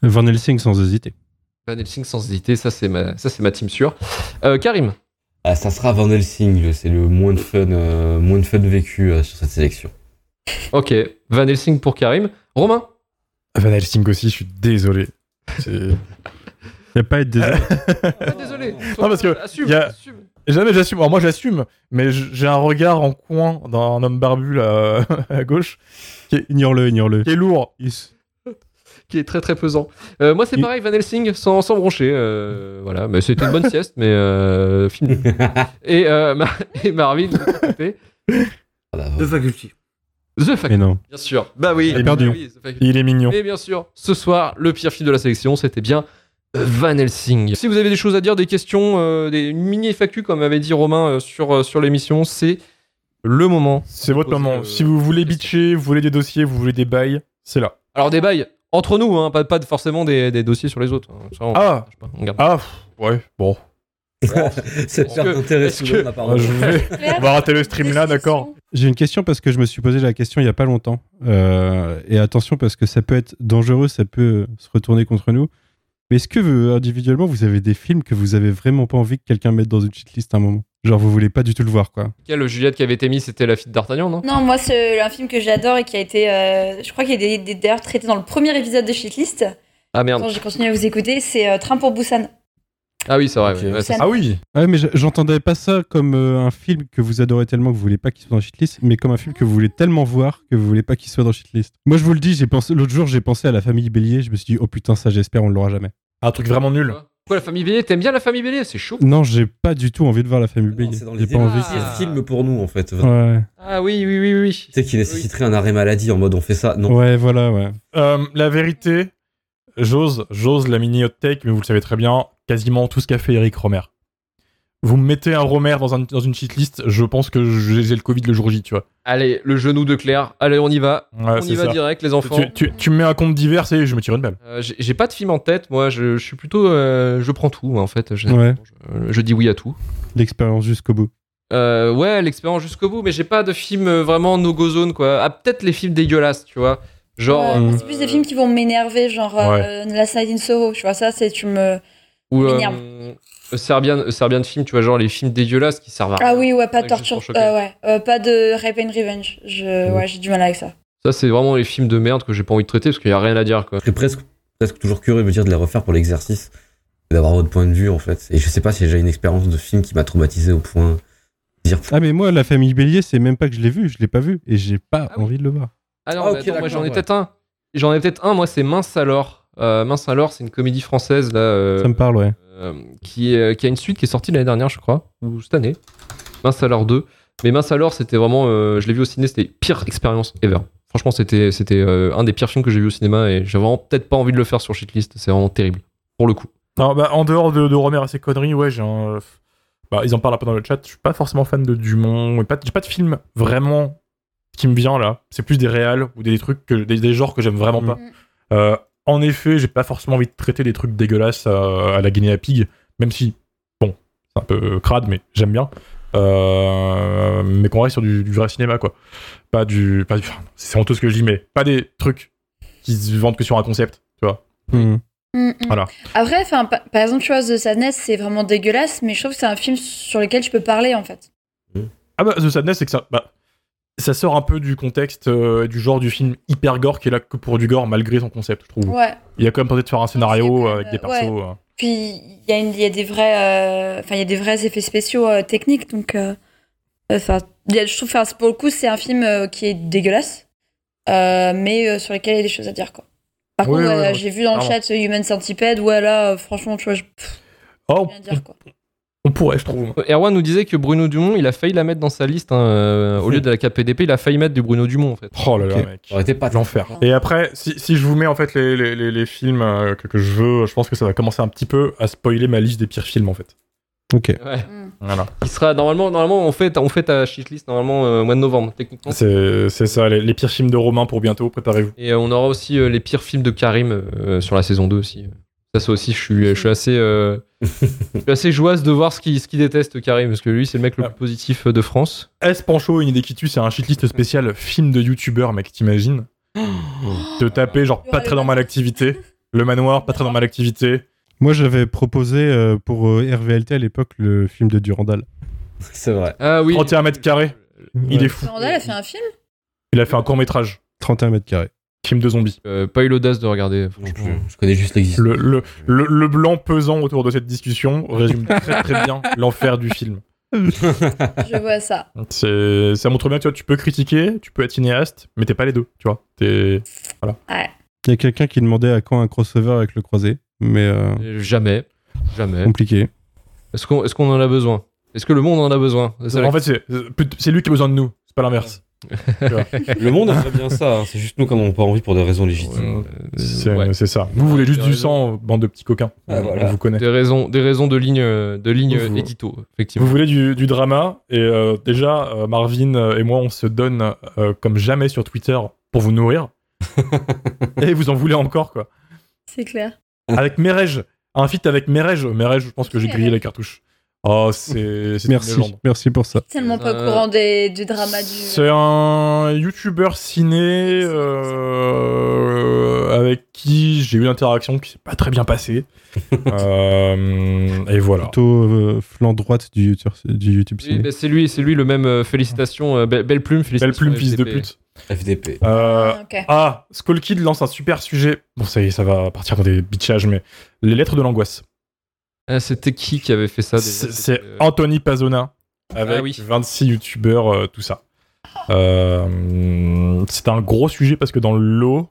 [SPEAKER 7] Van Helsing sans hésiter.
[SPEAKER 3] Van Helsing sans hésiter, ça c'est ma, ça, c'est ma team sûre. Euh, Karim.
[SPEAKER 5] Ah, ça sera Van Helsing, le- c'est le moins de fun, euh, moins de fun vécu euh, sur cette sélection.
[SPEAKER 3] Ok, Van Helsing pour Karim.
[SPEAKER 6] [laughs]
[SPEAKER 3] Romain.
[SPEAKER 6] Van Helsing aussi, je suis [laughs] désolé. C'est-
[SPEAKER 7] Ça va pas
[SPEAKER 6] [laughs]
[SPEAKER 7] être désolé.
[SPEAKER 3] Ah, désolé.
[SPEAKER 6] Non, parce que
[SPEAKER 3] Assume,
[SPEAKER 6] il y a-
[SPEAKER 3] assume.
[SPEAKER 6] Jamais j'assume. Alors, moi, j'assume, mais j- j'ai un regard en coin d'un homme barbu là, [laughs] à gauche
[SPEAKER 7] Ignore-le, ignore-le.
[SPEAKER 6] qui est lourd.
[SPEAKER 7] Il s-
[SPEAKER 3] qui est très très pesant. Euh, moi c'est
[SPEAKER 7] Il-
[SPEAKER 3] pareil, Van Helsing sans, sans broncher. euh, voilà, mais c'était une bonne sieste, mais euh, film.
[SPEAKER 7] [laughs]
[SPEAKER 3] nul. et, euh, Mar- et Marvin, de l'autre côté,
[SPEAKER 5] Ah, la
[SPEAKER 4] tout.
[SPEAKER 5] vache.
[SPEAKER 4] De Faculty.
[SPEAKER 3] The Fact,
[SPEAKER 7] Mais non.
[SPEAKER 3] bien sûr. Bah oui,
[SPEAKER 7] Il est perdu.
[SPEAKER 3] bah oui, The Fact.
[SPEAKER 6] Il est mignon.
[SPEAKER 3] Et bien sûr, ce soir, le pire film de la sélection, c'était bien euh, Van Helsing. Si vous avez des choses à dire, des questions, euh, des mini FAQ, comme avait dit Romain euh, sur, euh, sur l'émission, c'est le moment.
[SPEAKER 6] C'est votre
[SPEAKER 3] Pose,
[SPEAKER 6] moment.
[SPEAKER 3] euh,
[SPEAKER 6] Si vous voulez bitcher, vous voulez des dossiers, vous voulez des bails, c'est là.
[SPEAKER 3] Alors des bails entre nous, hein, pas, pas forcément des, des dossiers sur les autres. hein. Ça, on-
[SPEAKER 6] Ah.
[SPEAKER 3] je sais pas, on garde.
[SPEAKER 6] Ah, pff, ouais, bon.
[SPEAKER 5] Cette
[SPEAKER 3] Est-ce
[SPEAKER 5] perte
[SPEAKER 3] que-
[SPEAKER 5] d'intérêt
[SPEAKER 3] est-ce
[SPEAKER 5] soudaine,
[SPEAKER 3] que-
[SPEAKER 5] apparemment.
[SPEAKER 6] Je
[SPEAKER 3] [laughs]
[SPEAKER 6] vais- On va rater le stream là, d'accord.
[SPEAKER 7] J'ai une question parce que je me suis posé la question il y a pas longtemps. Euh, et attention parce que ça peut être dangereux, ça peut se retourner contre nous. Mais est-ce que vous, individuellement vous avez des films que vous avez vraiment pas envie que quelqu'un mette dans une cheatlist à un moment Genre vous voulez pas du tout le voir quoi.
[SPEAKER 3] Quelle Juliette qui avait été mise, c'était la fille de d'Artagnan, non
[SPEAKER 2] Non, moi, c'est un film que j'adore et qui a été. euh, je crois qu'il est des- des- d'ailleurs traité dans le premier épisode de Shitlist.
[SPEAKER 3] Ah merde.
[SPEAKER 2] Quand j'ai continué à vous écouter, c'est euh, Train pour Busan.
[SPEAKER 3] Ah oui, c'est vrai.
[SPEAKER 5] Ok.
[SPEAKER 3] ouais. Ouais,
[SPEAKER 2] Ça
[SPEAKER 3] c'est-
[SPEAKER 6] Ah oui
[SPEAKER 7] Ouais, mais je- j'entendais pas ça comme euh, un film que vous adorez tellement que vous voulez pas qu'il soit dans la shitlist, mais comme un film que vous voulez tellement voir que vous voulez pas qu'il soit dans la shitlist. Moi, je vous le dis, j'ai pensé l'autre jour, j'ai pensé à la famille Bélier, je me suis dit oh putain, ça j'espère on l'aura jamais.
[SPEAKER 6] Un truc vraiment nul.
[SPEAKER 3] Pourquoi la famille Bélier T'aimes bien la famille Bélier C'est chaud.
[SPEAKER 7] Non, j'ai pas du tout envie de voir la famille
[SPEAKER 5] Non,
[SPEAKER 7] Bélier.
[SPEAKER 5] C'est dans les
[SPEAKER 7] J'ai pas envie.
[SPEAKER 5] C'est un film pour nous, en fait. Tu
[SPEAKER 7] Ouais.
[SPEAKER 3] Ah oui, oui, oui, oui.
[SPEAKER 5] sais, qui nécessiterait un arrêt maladie en mode on fait ça. Non.
[SPEAKER 7] Ouais, voilà, ouais.
[SPEAKER 6] Euh, la vérité, j'ose, j'ose la mini hot take, mais vous le savez très bien, quasiment tout ce qu'a fait Eric Romer. Vous me mettez un Romer dans, un- dans une cheatlist, je pense que j'ai j'ai le Covid le jour J, tu vois.
[SPEAKER 3] Allez, le genou de Claire. Allez, on y va.
[SPEAKER 6] Ouais,
[SPEAKER 2] Ah,
[SPEAKER 3] on y
[SPEAKER 6] c'est
[SPEAKER 3] va
[SPEAKER 6] ça.
[SPEAKER 3] direct, les enfants.
[SPEAKER 6] Tu, tu- tu me mets un compte divers et je me tire une balle.
[SPEAKER 3] Euh, j'ai j'ai pas de film en tête, moi je, je suis plutôt. euh, je prends tout en fait. Je,
[SPEAKER 7] Ouais.
[SPEAKER 3] je- je dis oui à tout.
[SPEAKER 7] L'expérience jusqu'au bout.
[SPEAKER 3] Euh, ouais, l'expérience jusqu'au bout, mais j'ai pas de film euh, vraiment no go zone quoi. Ah, peut-être les films dégueulasses, tu vois. Genre.
[SPEAKER 2] Ouais,
[SPEAKER 7] euh,
[SPEAKER 2] c'est plus des films qui vont m'énerver, genre euh, Last Night in Soho, tu vois, ça, c'est tu me.
[SPEAKER 3] Ou. euh,
[SPEAKER 2] m'énerve.
[SPEAKER 3] euh, Serbian, euh, Serbian film, tu vois, genre les films dégueulasses qui servent à rien.
[SPEAKER 2] Ah oui, ouais, pas de
[SPEAKER 3] Juste
[SPEAKER 2] torture.
[SPEAKER 3] pour choquer.
[SPEAKER 2] euh, ouais, euh, pas de Rape and Revenge. Je, ouais, j'ai du mal avec ça.
[SPEAKER 3] Ça, c'est vraiment les films de merde que j'ai pas envie de traiter parce qu'il y a rien à dire quoi.
[SPEAKER 5] Je serais presque, presque toujours curieux de me dire de les refaire pour l'exercice. et D'avoir votre point de vue, en fait. Et je sais pas si j'ai déjà une expérience de film qui m'a traumatisé au point de dire
[SPEAKER 7] Ah mais moi, la famille Bélier, c'est même pas que je l'ai vu, je l'ai pas vu et j'ai pas
[SPEAKER 3] Ah oui.
[SPEAKER 7] envie de le voir.
[SPEAKER 3] Ah non,
[SPEAKER 5] Ah,
[SPEAKER 3] mais
[SPEAKER 5] ok,
[SPEAKER 3] attends, moi
[SPEAKER 5] d'accord,
[SPEAKER 3] j'en ai
[SPEAKER 5] ouais.
[SPEAKER 3] peut-être un. J'en ai peut-être un, moi c'est Mince alors. Euh, Mince alors, c'est une comédie française là. euh,
[SPEAKER 7] Ça me parle, ouais.
[SPEAKER 3] euh, qui, est- qui a une suite qui est sortie l'année dernière, je crois, ou cette année. Mince alors 2. Mais Mince alors, c'était vraiment. euh, je l'ai vu au ciné, c'était pire expérience ever. Franchement, c'était c'était euh, un des pires films que j'ai vu au cinéma et j'avais vraiment peut-être pas envie de le faire sur shitlist. C'est vraiment terrible. Pour le coup.
[SPEAKER 6] Non, bah, en dehors de, de Romer et ses conneries, ouais, j'ai un. Bah, ils en parlent un peu dans le chat. Je suis pas forcément fan de Dumont. et pas- J'ai pas de film vraiment qui me vient là. C'est plus des réals ou des trucs, que, des, des genres que j'aime vraiment pas.
[SPEAKER 2] Mhm.
[SPEAKER 6] Euh, en effet, j'ai pas forcément envie de traiter des trucs dégueulasses euh, à, la Guinée à Pig, même si, bon, c'est un peu crade, mais j'aime bien. Euh, mais qu'on reste sur du, du vrai cinéma, quoi. Pas du. Pas du enfin, c'est honteux ce que je dis, mais pas des trucs qui se vendent que sur un concept, tu vois.
[SPEAKER 7] Mhm.
[SPEAKER 2] Mm, mm.
[SPEAKER 6] Voilà.
[SPEAKER 2] Après, enfin, pa- par exemple, tu vois, The Sadness, c'est vraiment dégueulasse, mais je trouve que c'est un film sur lequel je peux parler, en fait.
[SPEAKER 6] Ah bah, The Sadness, c'est que ça. bah, ça sort un peu du contexte euh, du genre du film hyper gore qui est là que pour du gore malgré son concept, je trouve.
[SPEAKER 2] Ouais.
[SPEAKER 6] Il y a quand même tenté de faire un
[SPEAKER 2] c'est
[SPEAKER 6] scénario
[SPEAKER 2] quand
[SPEAKER 6] euh,
[SPEAKER 2] même,
[SPEAKER 6] avec des
[SPEAKER 2] euh,
[SPEAKER 6] persos. euh,
[SPEAKER 2] Puis, il y, a une- il y a des vrais. euh, Enfin, il y a des vrais effets spéciaux euh, techniques, donc. euh, Enfin, il y a- je trouve, enfin, pour le coup, c'est un film euh, qui est dégueulasse, euh, mais euh, sur lequel il y a des choses à dire, quoi. Par
[SPEAKER 6] Oui,
[SPEAKER 2] contre,
[SPEAKER 6] oui,
[SPEAKER 2] euh,
[SPEAKER 6] oui,
[SPEAKER 2] j'ai vu dans le
[SPEAKER 6] clairement.
[SPEAKER 2] chat euh, Human Centipede, ouais, là, euh, franchement, tu vois, je peux
[SPEAKER 6] Oh,
[SPEAKER 2] rien
[SPEAKER 6] [laughs]
[SPEAKER 2] dire, quoi.
[SPEAKER 6] on pourrait, je trouve.
[SPEAKER 3] Euh, Erwan nous disait que Bruno Dumont, il a failli la mettre dans sa liste. hein, euh, au lieu de la KPDP, il a failli mettre du Bruno Dumont en fait.
[SPEAKER 6] Oh là là,
[SPEAKER 7] Ok.
[SPEAKER 6] mec.
[SPEAKER 5] Ça aurait été pas de
[SPEAKER 6] L'enfer. Et après, si, si je vous mets en fait les, les, les, les films euh, que, que je veux, je pense que ça va commencer un petit peu à spoiler ma liste des pires films en fait.
[SPEAKER 7] Ok.
[SPEAKER 3] Ouais.
[SPEAKER 2] Mm.
[SPEAKER 6] Voilà.
[SPEAKER 3] Il sera normalement, normalement on fait, on fait ta shitlist normalement euh, au mois de novembre techniquement.
[SPEAKER 6] C'est c'est ça, les, les pires films de Romain pour bientôt, préparez-vous.
[SPEAKER 3] Et euh, on aura aussi euh, les pires films de Karim euh, sur la saison 2 aussi. Ça, ça aussi, je suis, je suis assez, euh, je suis assez joyeuse de voir ce qu'il ce qu'il déteste Karim, parce que lui, c'est le mec le
[SPEAKER 6] Ah.
[SPEAKER 3] plus positif euh, de France.
[SPEAKER 6] S Pancho, une idée qui tue, c'est un shitlist spécial film de youtubeur, mec, t'imagines Te taper genre pas très normal activité, le manoir, pas très normal activité.
[SPEAKER 7] Moi, j'avais proposé euh, pour euh, RVLT à l'époque le film de Durandal.
[SPEAKER 5] C'est vrai.
[SPEAKER 3] Ah oui.
[SPEAKER 6] 31 mètres carrés. Il est fou.
[SPEAKER 2] Randall a fait un film
[SPEAKER 6] Il a fait un court métrage,
[SPEAKER 7] 31 mètres carrés.
[SPEAKER 6] film de zombies.
[SPEAKER 3] Euh, pas eu l'audace de regarder.
[SPEAKER 5] Non
[SPEAKER 3] franchement.
[SPEAKER 5] plus. Je connais juste l'existence.
[SPEAKER 6] Le, le, le, le blanc pesant autour de cette discussion résume très très bien l'enfer du film.
[SPEAKER 2] Je vois ça.
[SPEAKER 6] C'est- Ça montre bien, tu vois, tu peux critiquer, tu peux être cinéaste, mais t'es pas les deux, tu vois. T'es-
[SPEAKER 7] Il y a quelqu'un qui demandait à quand un crossover avec le croisé, mais euh,
[SPEAKER 3] Euh, Jamais. Jamais.
[SPEAKER 7] compliqué.
[SPEAKER 3] Est-ce qu'on est qu'on en a besoin Est-ce que le monde en a besoin C'est la-
[SPEAKER 6] En fait, c'est- c'est lui qui a besoin de nous, c'est pas l'inverse.
[SPEAKER 5] Le monde aimerait bien ça. hein. C'est juste nous quand on n'a pas envie pour des raisons légitimes.
[SPEAKER 6] C'est
[SPEAKER 3] Ouais.
[SPEAKER 6] c'est ça. Vous voulez juste
[SPEAKER 3] t'as
[SPEAKER 6] du
[SPEAKER 3] raison.
[SPEAKER 6] sang, bande de petits coquins.
[SPEAKER 5] Ah,
[SPEAKER 6] On-
[SPEAKER 5] voilà.
[SPEAKER 6] On vous connaît.
[SPEAKER 3] Des raisons, des raisons de ligne, euh, de ligne
[SPEAKER 6] Vous-
[SPEAKER 3] euh, édito,
[SPEAKER 6] Vous
[SPEAKER 3] effectivement.
[SPEAKER 6] voulez du, du drama, et euh, déjà, euh, Marvin euh, et moi, on se donne euh, comme jamais sur Twitter pour
[SPEAKER 3] [laughs]
[SPEAKER 6] vous nourrir. et vous en voulez encore, quoi.
[SPEAKER 2] C'est clair.
[SPEAKER 6] Avec Merej, un feat avec Merej. Merej, je pense que j'ai grillé la cartouche. Oh, c'est c'est une
[SPEAKER 7] Merci,
[SPEAKER 6] légende.
[SPEAKER 7] merci pour ça.
[SPEAKER 2] Tellement pas au
[SPEAKER 3] Euh,
[SPEAKER 2] courant des, du drama du.
[SPEAKER 6] C'est euh, un youtubeur ciné euh, avec qui j'ai eu une interaction qui s'est pas très bien passée. Euh, et voilà.
[SPEAKER 7] Plutôt euh, flanc droite du YouTube, du YouTube
[SPEAKER 3] Oui,
[SPEAKER 7] ciné.
[SPEAKER 3] bah, c'est lui, c'est lui le même. euh, félicitations, euh, be- belle plume,
[SPEAKER 6] Belle
[SPEAKER 3] félicitations.
[SPEAKER 6] plume, fils de
[SPEAKER 3] FDP.
[SPEAKER 6] pute.
[SPEAKER 5] FDP.
[SPEAKER 6] Euh,
[SPEAKER 2] Ah, ok.
[SPEAKER 6] ah, Skull Kid lance un super sujet. Bon, ça y est, ça va partir dans des bitchages, mais les lettres de l'angoisse.
[SPEAKER 3] Ah, C'était qui qui avait fait ça déjà
[SPEAKER 6] C'est c'est
[SPEAKER 3] C'était, euh,
[SPEAKER 6] Anthony Pazona avec
[SPEAKER 3] Ah oui.
[SPEAKER 6] 26 youtubeurs, euh, tout ça. Euh, c'est un gros sujet parce que dans l'eau,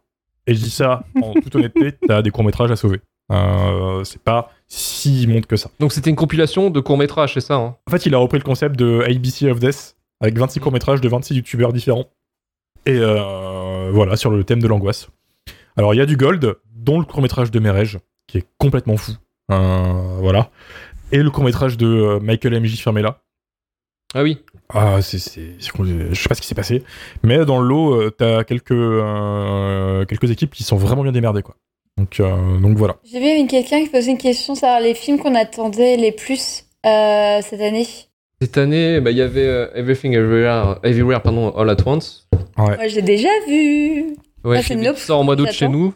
[SPEAKER 6] et je dis ça en
[SPEAKER 3] [laughs]
[SPEAKER 6] toute honnêteté, t'as des courts-métrages à sauver. Euh, c'est pas si immonde que ça.
[SPEAKER 3] Donc c'était une compilation de courts-métrages, c'est ça hein
[SPEAKER 6] En fait, il a repris le concept de ABC of Death avec 26
[SPEAKER 3] Mm.
[SPEAKER 6] courts-métrages de 26 youtubeurs différents. Et euh, voilà, sur le thème de l'angoisse. Alors, il y a du Gold, dont le court-métrage de Merege, qui est complètement fou. Euh, voilà. Et le court-métrage de euh, Michael M.J. Fermella.
[SPEAKER 3] Ah oui.
[SPEAKER 6] Ah, c'est, c'est- c'est con- je sais pas ce qui s'est passé. Mais dans le lot, euh, t'as quelques, euh, quelques équipes qui sont vraiment bien démerdées, quoi. Donc, euh, donc voilà.
[SPEAKER 8] J'ai vu une- quelqu'un qui posait une question sur les films qu'on attendait les plus euh, cette année.
[SPEAKER 3] Cette année, bah, il y avait euh, Everything Everywhere, Everywhere pardon, All at Once.
[SPEAKER 2] Moi, je l'ai déjà vu.
[SPEAKER 3] Ouais,
[SPEAKER 2] Ah, c'est
[SPEAKER 3] qui
[SPEAKER 2] Nope.
[SPEAKER 3] sort en mois d'août
[SPEAKER 2] J'attends.
[SPEAKER 3] chez nous.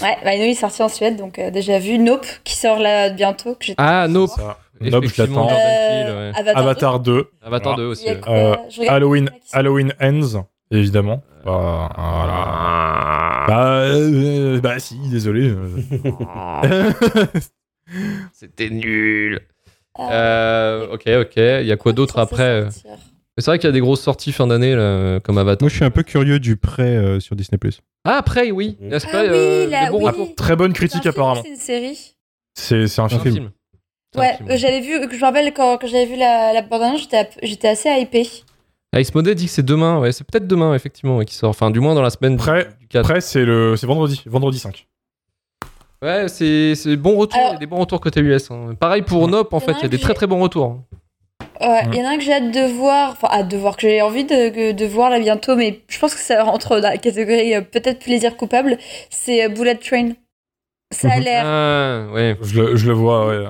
[SPEAKER 2] Ouais, bah, nous, il est sorti en Suède, donc euh, déjà vu. Nope, qui sort là bientôt. Que j'ai-
[SPEAKER 3] Ah, Nope.
[SPEAKER 6] Ça, Nope, je
[SPEAKER 3] Effectivement,
[SPEAKER 6] l'attends.
[SPEAKER 3] Jordan
[SPEAKER 2] Euh,
[SPEAKER 3] Peele, ouais.
[SPEAKER 2] Avatar,
[SPEAKER 6] Avatar 2.
[SPEAKER 3] Avatar
[SPEAKER 6] voilà.
[SPEAKER 3] 2
[SPEAKER 2] deux,
[SPEAKER 3] aussi.
[SPEAKER 2] Ah, il y a
[SPEAKER 3] ouais.
[SPEAKER 2] quoi
[SPEAKER 6] Euh,
[SPEAKER 2] Je regarde
[SPEAKER 6] Halloween,
[SPEAKER 2] qui sont-
[SPEAKER 6] Halloween Ends, évidemment.
[SPEAKER 3] Euh,
[SPEAKER 6] Bah, voilà.
[SPEAKER 3] ah.
[SPEAKER 6] Bah, euh, bah si, désolé.
[SPEAKER 5] [laughs]
[SPEAKER 6] Euh,
[SPEAKER 3] C'était nul.
[SPEAKER 2] Ah,
[SPEAKER 3] Euh, ok, ok. Il y a quoi d'autre
[SPEAKER 2] qui sont censés
[SPEAKER 3] après euh,
[SPEAKER 2] sortir.
[SPEAKER 3] C'est vrai qu'il y a des grosses sorties fin d'année là, comme Avatar.
[SPEAKER 7] Moi, je suis un peu curieux du prêt euh, sur Disney+.
[SPEAKER 3] Ah, après, oui.
[SPEAKER 5] Mm.
[SPEAKER 3] N'est-ce
[SPEAKER 2] Ah
[SPEAKER 3] pas
[SPEAKER 2] oui,
[SPEAKER 3] euh,
[SPEAKER 2] là,
[SPEAKER 3] des bons
[SPEAKER 2] oui.
[SPEAKER 3] retours.
[SPEAKER 6] Très bonne
[SPEAKER 2] C'est un
[SPEAKER 6] critique
[SPEAKER 2] film ou
[SPEAKER 6] apparemment.
[SPEAKER 2] C'est une série.
[SPEAKER 6] C'est c'est un
[SPEAKER 3] C'est un
[SPEAKER 6] film.
[SPEAKER 3] film. C'est un
[SPEAKER 8] Ouais,
[SPEAKER 3] film.
[SPEAKER 8] euh, j'avais vu, je me rappelle quand, quand j'avais vu la, la bande-annonce, j'étais ap- j'étais assez hypée.
[SPEAKER 3] Ice Modé dit que c'est demain. Ouais, c'est peut-être demain, effectivement, ouais, qui sort. Enfin, du moins dans la semaine du-
[SPEAKER 6] Après-
[SPEAKER 3] du 4.
[SPEAKER 6] Après, c'est le, c'est vendredi, vendredi 5.
[SPEAKER 3] Ouais, c'est c'est bon retour.
[SPEAKER 8] Alors-
[SPEAKER 3] Il y a des bons retours côté US. hein. Pareil pour Nope, en
[SPEAKER 8] y en
[SPEAKER 3] fait.
[SPEAKER 8] a
[SPEAKER 3] Il y a
[SPEAKER 8] un
[SPEAKER 3] des
[SPEAKER 8] que
[SPEAKER 3] très
[SPEAKER 8] j'ai-
[SPEAKER 3] très bons retours. hein.
[SPEAKER 8] Ouais,
[SPEAKER 6] Mm.
[SPEAKER 8] il y en a un que j'ai hâte de voir, enfin hâte de voir, que j'ai envie de, que- de voir là bientôt, mais je pense que ça rentre dans la catégorie euh, peut-être plaisir coupable, c'est euh, Bullet Train. Ça a l'air,
[SPEAKER 3] Ah, ouais.
[SPEAKER 6] Je le, je le vois, ouais. euh,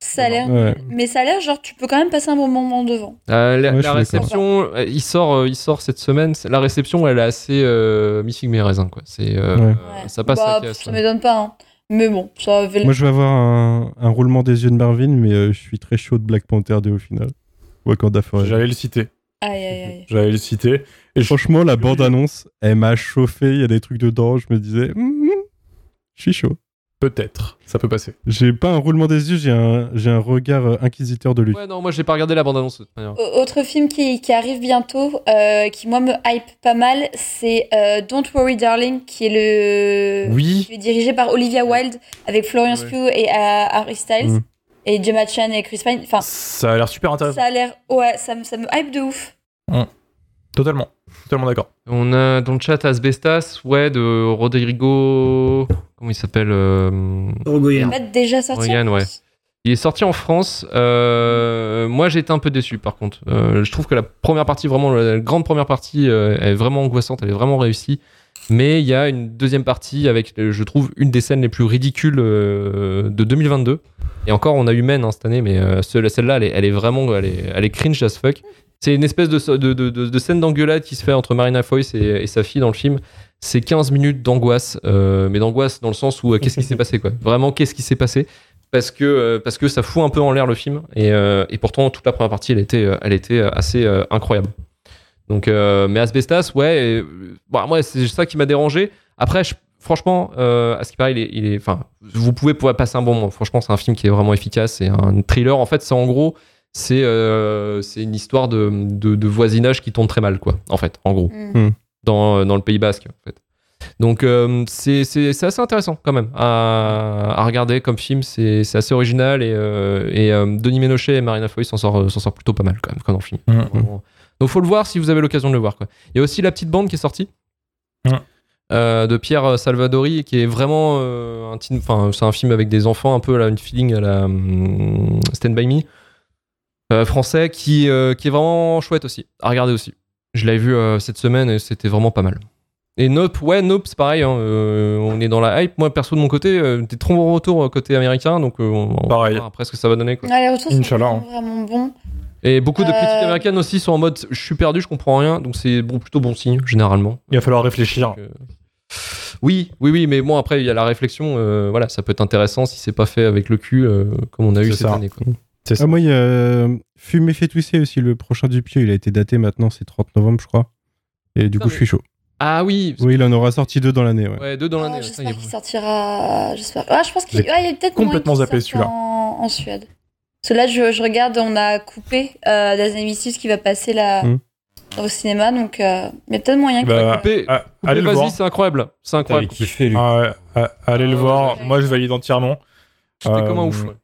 [SPEAKER 8] ça a
[SPEAKER 2] Ah,
[SPEAKER 8] l'air,
[SPEAKER 7] Ouais.
[SPEAKER 8] mais ça a l'air genre tu peux quand même passer un bon moment devant.
[SPEAKER 3] Euh, la,
[SPEAKER 7] Ouais, je
[SPEAKER 3] la
[SPEAKER 7] suis
[SPEAKER 3] réception, euh, il sort, euh, il sort cette semaine. C'est- La réception, elle est assez euh, mi-figue mes raisins, quoi. C'est euh,
[SPEAKER 7] Ouais.
[SPEAKER 3] euh, ça passe
[SPEAKER 8] Bah,
[SPEAKER 3] à
[SPEAKER 8] pff,
[SPEAKER 3] casse.
[SPEAKER 8] ça m'étonne pas, hein. mais bon, ça avait l'air.
[SPEAKER 7] Moi, je vais avoir un, un roulement des yeux de Marvin, mais euh, je suis très chaud de Black Panther 2 au final. Wakanda Forever.
[SPEAKER 6] J'allais le citer.
[SPEAKER 8] Aïe aïe aïe.
[SPEAKER 6] J'allais le citer. Et je-
[SPEAKER 7] Franchement, la bande-annonce, elle m'a chauffé. Il y a des trucs dedans. Je me disais, Mhm, je suis chaud.
[SPEAKER 6] peut-être, ça peut passer.
[SPEAKER 7] J'ai pas un roulement des yeux, j'ai un, j'ai un regard euh, inquisiteur de lui.
[SPEAKER 3] Ouais, non, moi j'ai pas regardé la bande annonce. De toute manière.
[SPEAKER 8] Au- Autre film qui, qui arrive bientôt, euh, qui moi me hype pas mal, c'est euh, Don't Worry Darling, qui est le
[SPEAKER 6] Oui.
[SPEAKER 8] qui est dirigé par Olivia Wilde avec Florian Pugh et euh, Harry Styles
[SPEAKER 7] Mm.
[SPEAKER 8] et Gemma Chan et Chris Pine. Enfin,
[SPEAKER 6] Ça a l'air super intéressant.
[SPEAKER 8] ça a l'air ouais, ça me ça me hype de ouf.
[SPEAKER 6] Totalement. Totalement d'accord.
[SPEAKER 3] On a dans le chat Asbestas, ouais, de Rodrigo. Comment il s'appelle euh,
[SPEAKER 4] Orgoyen.
[SPEAKER 8] Pas déjà sorti.
[SPEAKER 3] Regan,
[SPEAKER 8] en
[SPEAKER 3] ouais.
[SPEAKER 8] plus.
[SPEAKER 3] Il est sorti en France. Euh, moi, j'ai été un peu déçu, par contre. Euh, je trouve que la première partie, vraiment, la grande première partie, euh, elle est vraiment angoissante, elle est vraiment réussie. Mais il y a une deuxième partie avec, euh, je trouve, une des scènes les plus ridicules euh, de 2022. Et encore, on a eu Men hein, cette année, mais euh, ce- celle-là, elle est, elle est vraiment, elle est, elle est cringe as fuck. C'est une espèce de, de, de- de- de scène d'engueulade qui se fait entre Marina Foïs et, et sa fille dans le film. C'est 15 minutes d'angoisse, euh, mais d'angoisse dans le sens où euh, qu'est-ce qui s'est passé, quoi. Vraiment, qu'est-ce qui s'est passé parce que euh, parce que ça fout un peu en l'air le film et, euh, et pourtant toute la première partie elle était euh, elle était euh, assez euh, incroyable donc euh, mais Asbestas ouais et, euh, bah, moi c'est ça qui m'a dérangé après je- franchement euh, à ce qui paraît il est- il est enfin vous pouvez pouvoir passer un bon moment franchement c'est un film qui est vraiment efficace c'est un thriller en fait c'est en gros c'est euh, c'est une histoire de, de, de voisinage qui tombe très mal quoi en fait en gros
[SPEAKER 8] Mm.
[SPEAKER 3] dans, dans le Pays Basque en fait donc euh, c'est c'est- c'est assez intéressant quand même à, à regarder comme film, c'est c'est assez original et, euh, et, euh, Denis Ménochet et Marina Foy s'en sort, euh, s'en sort plutôt pas mal quand même comme dans le film.
[SPEAKER 6] Mhm.
[SPEAKER 3] Vraiment. Donc faut le voir si vous avez l'occasion de le voir. quoi. Il y a aussi la petite bande qui est sortie.
[SPEAKER 6] Mhm.
[SPEAKER 3] euh, de Pierre Salvadori qui est vraiment euh, un teen- enfin c'est un film avec des enfants un peu là une feeling à la hum, Stand by Me euh, français qui euh, qui est vraiment chouette aussi à regarder aussi je l'avais vu euh, cette semaine et c'était vraiment pas mal et Nope, ouais, Nope, c'est pareil. hein, euh, on est dans la hype. Moi, perso, de mon côté, euh, des trop bons retours euh, côté américain. Donc, euh, on, on
[SPEAKER 6] Pareil.
[SPEAKER 3] verra après ce que ça va donner. quoi.
[SPEAKER 8] Ouais, les retours sont
[SPEAKER 6] Inch'Allah, hein.
[SPEAKER 8] vraiment, vraiment bons.
[SPEAKER 3] Et beaucoup de
[SPEAKER 8] Euh,
[SPEAKER 3] critiques américaines aussi sont en mode je suis perdu, je comprends rien. Donc, c'est bon, plutôt bon signe, généralement.
[SPEAKER 6] Il va falloir réfléchir.
[SPEAKER 3] Donc, euh, Oui, oui, oui, mais bon, après, il y a la réflexion. euh, voilà, ça peut être intéressant si c'est pas fait avec le cul, euh, comme on a eu
[SPEAKER 6] C'est
[SPEAKER 3] cette
[SPEAKER 6] ça.
[SPEAKER 3] année. quoi.
[SPEAKER 6] C'est ça.
[SPEAKER 7] Ah, moi, il y a euh, Fumé fait twisser aussi, le prochain du pied. Il a été daté maintenant, c'est 30 novembre, je crois. Et
[SPEAKER 3] Putain,
[SPEAKER 7] du coup,
[SPEAKER 3] mais-
[SPEAKER 7] je suis chaud.
[SPEAKER 3] Ah oui, parce
[SPEAKER 7] Oui, il en aura sorti deux dans l'année. ouais.
[SPEAKER 3] que- ouais, deux dans l'année.
[SPEAKER 8] Ah,
[SPEAKER 3] ouais, ça, il y
[SPEAKER 8] J'espère
[SPEAKER 3] a-
[SPEAKER 8] qu'il sortira. J'espère. Ah, je pense qu'il
[SPEAKER 6] J'ai
[SPEAKER 8] ouais, il y a peut-être moyen
[SPEAKER 6] complètement
[SPEAKER 8] qu'il
[SPEAKER 6] zappé,
[SPEAKER 8] sorte
[SPEAKER 6] celui-là.
[SPEAKER 8] En, en Suède. Parce que là, je, je regarde, on a coupé euh, Dazanimisius qui va passer là
[SPEAKER 7] Hmm.
[SPEAKER 8] au cinéma, donc euh, il y a peut-être moyen. que...
[SPEAKER 6] Bah,
[SPEAKER 3] Coupé-
[SPEAKER 6] Ah,
[SPEAKER 3] coupé,
[SPEAKER 6] allez le
[SPEAKER 3] vas-y,
[SPEAKER 6] voir.
[SPEAKER 3] c'est incroyable. C'est
[SPEAKER 5] Putain,
[SPEAKER 3] incroyable.
[SPEAKER 5] il kiffait, lui.
[SPEAKER 6] Ah ouais, ah, allez le
[SPEAKER 3] Ah,
[SPEAKER 6] voir.
[SPEAKER 8] ouais.
[SPEAKER 6] Moi, je valide entièrement.
[SPEAKER 3] J'étais
[SPEAKER 6] Euh,
[SPEAKER 3] comme un ouf. ouais.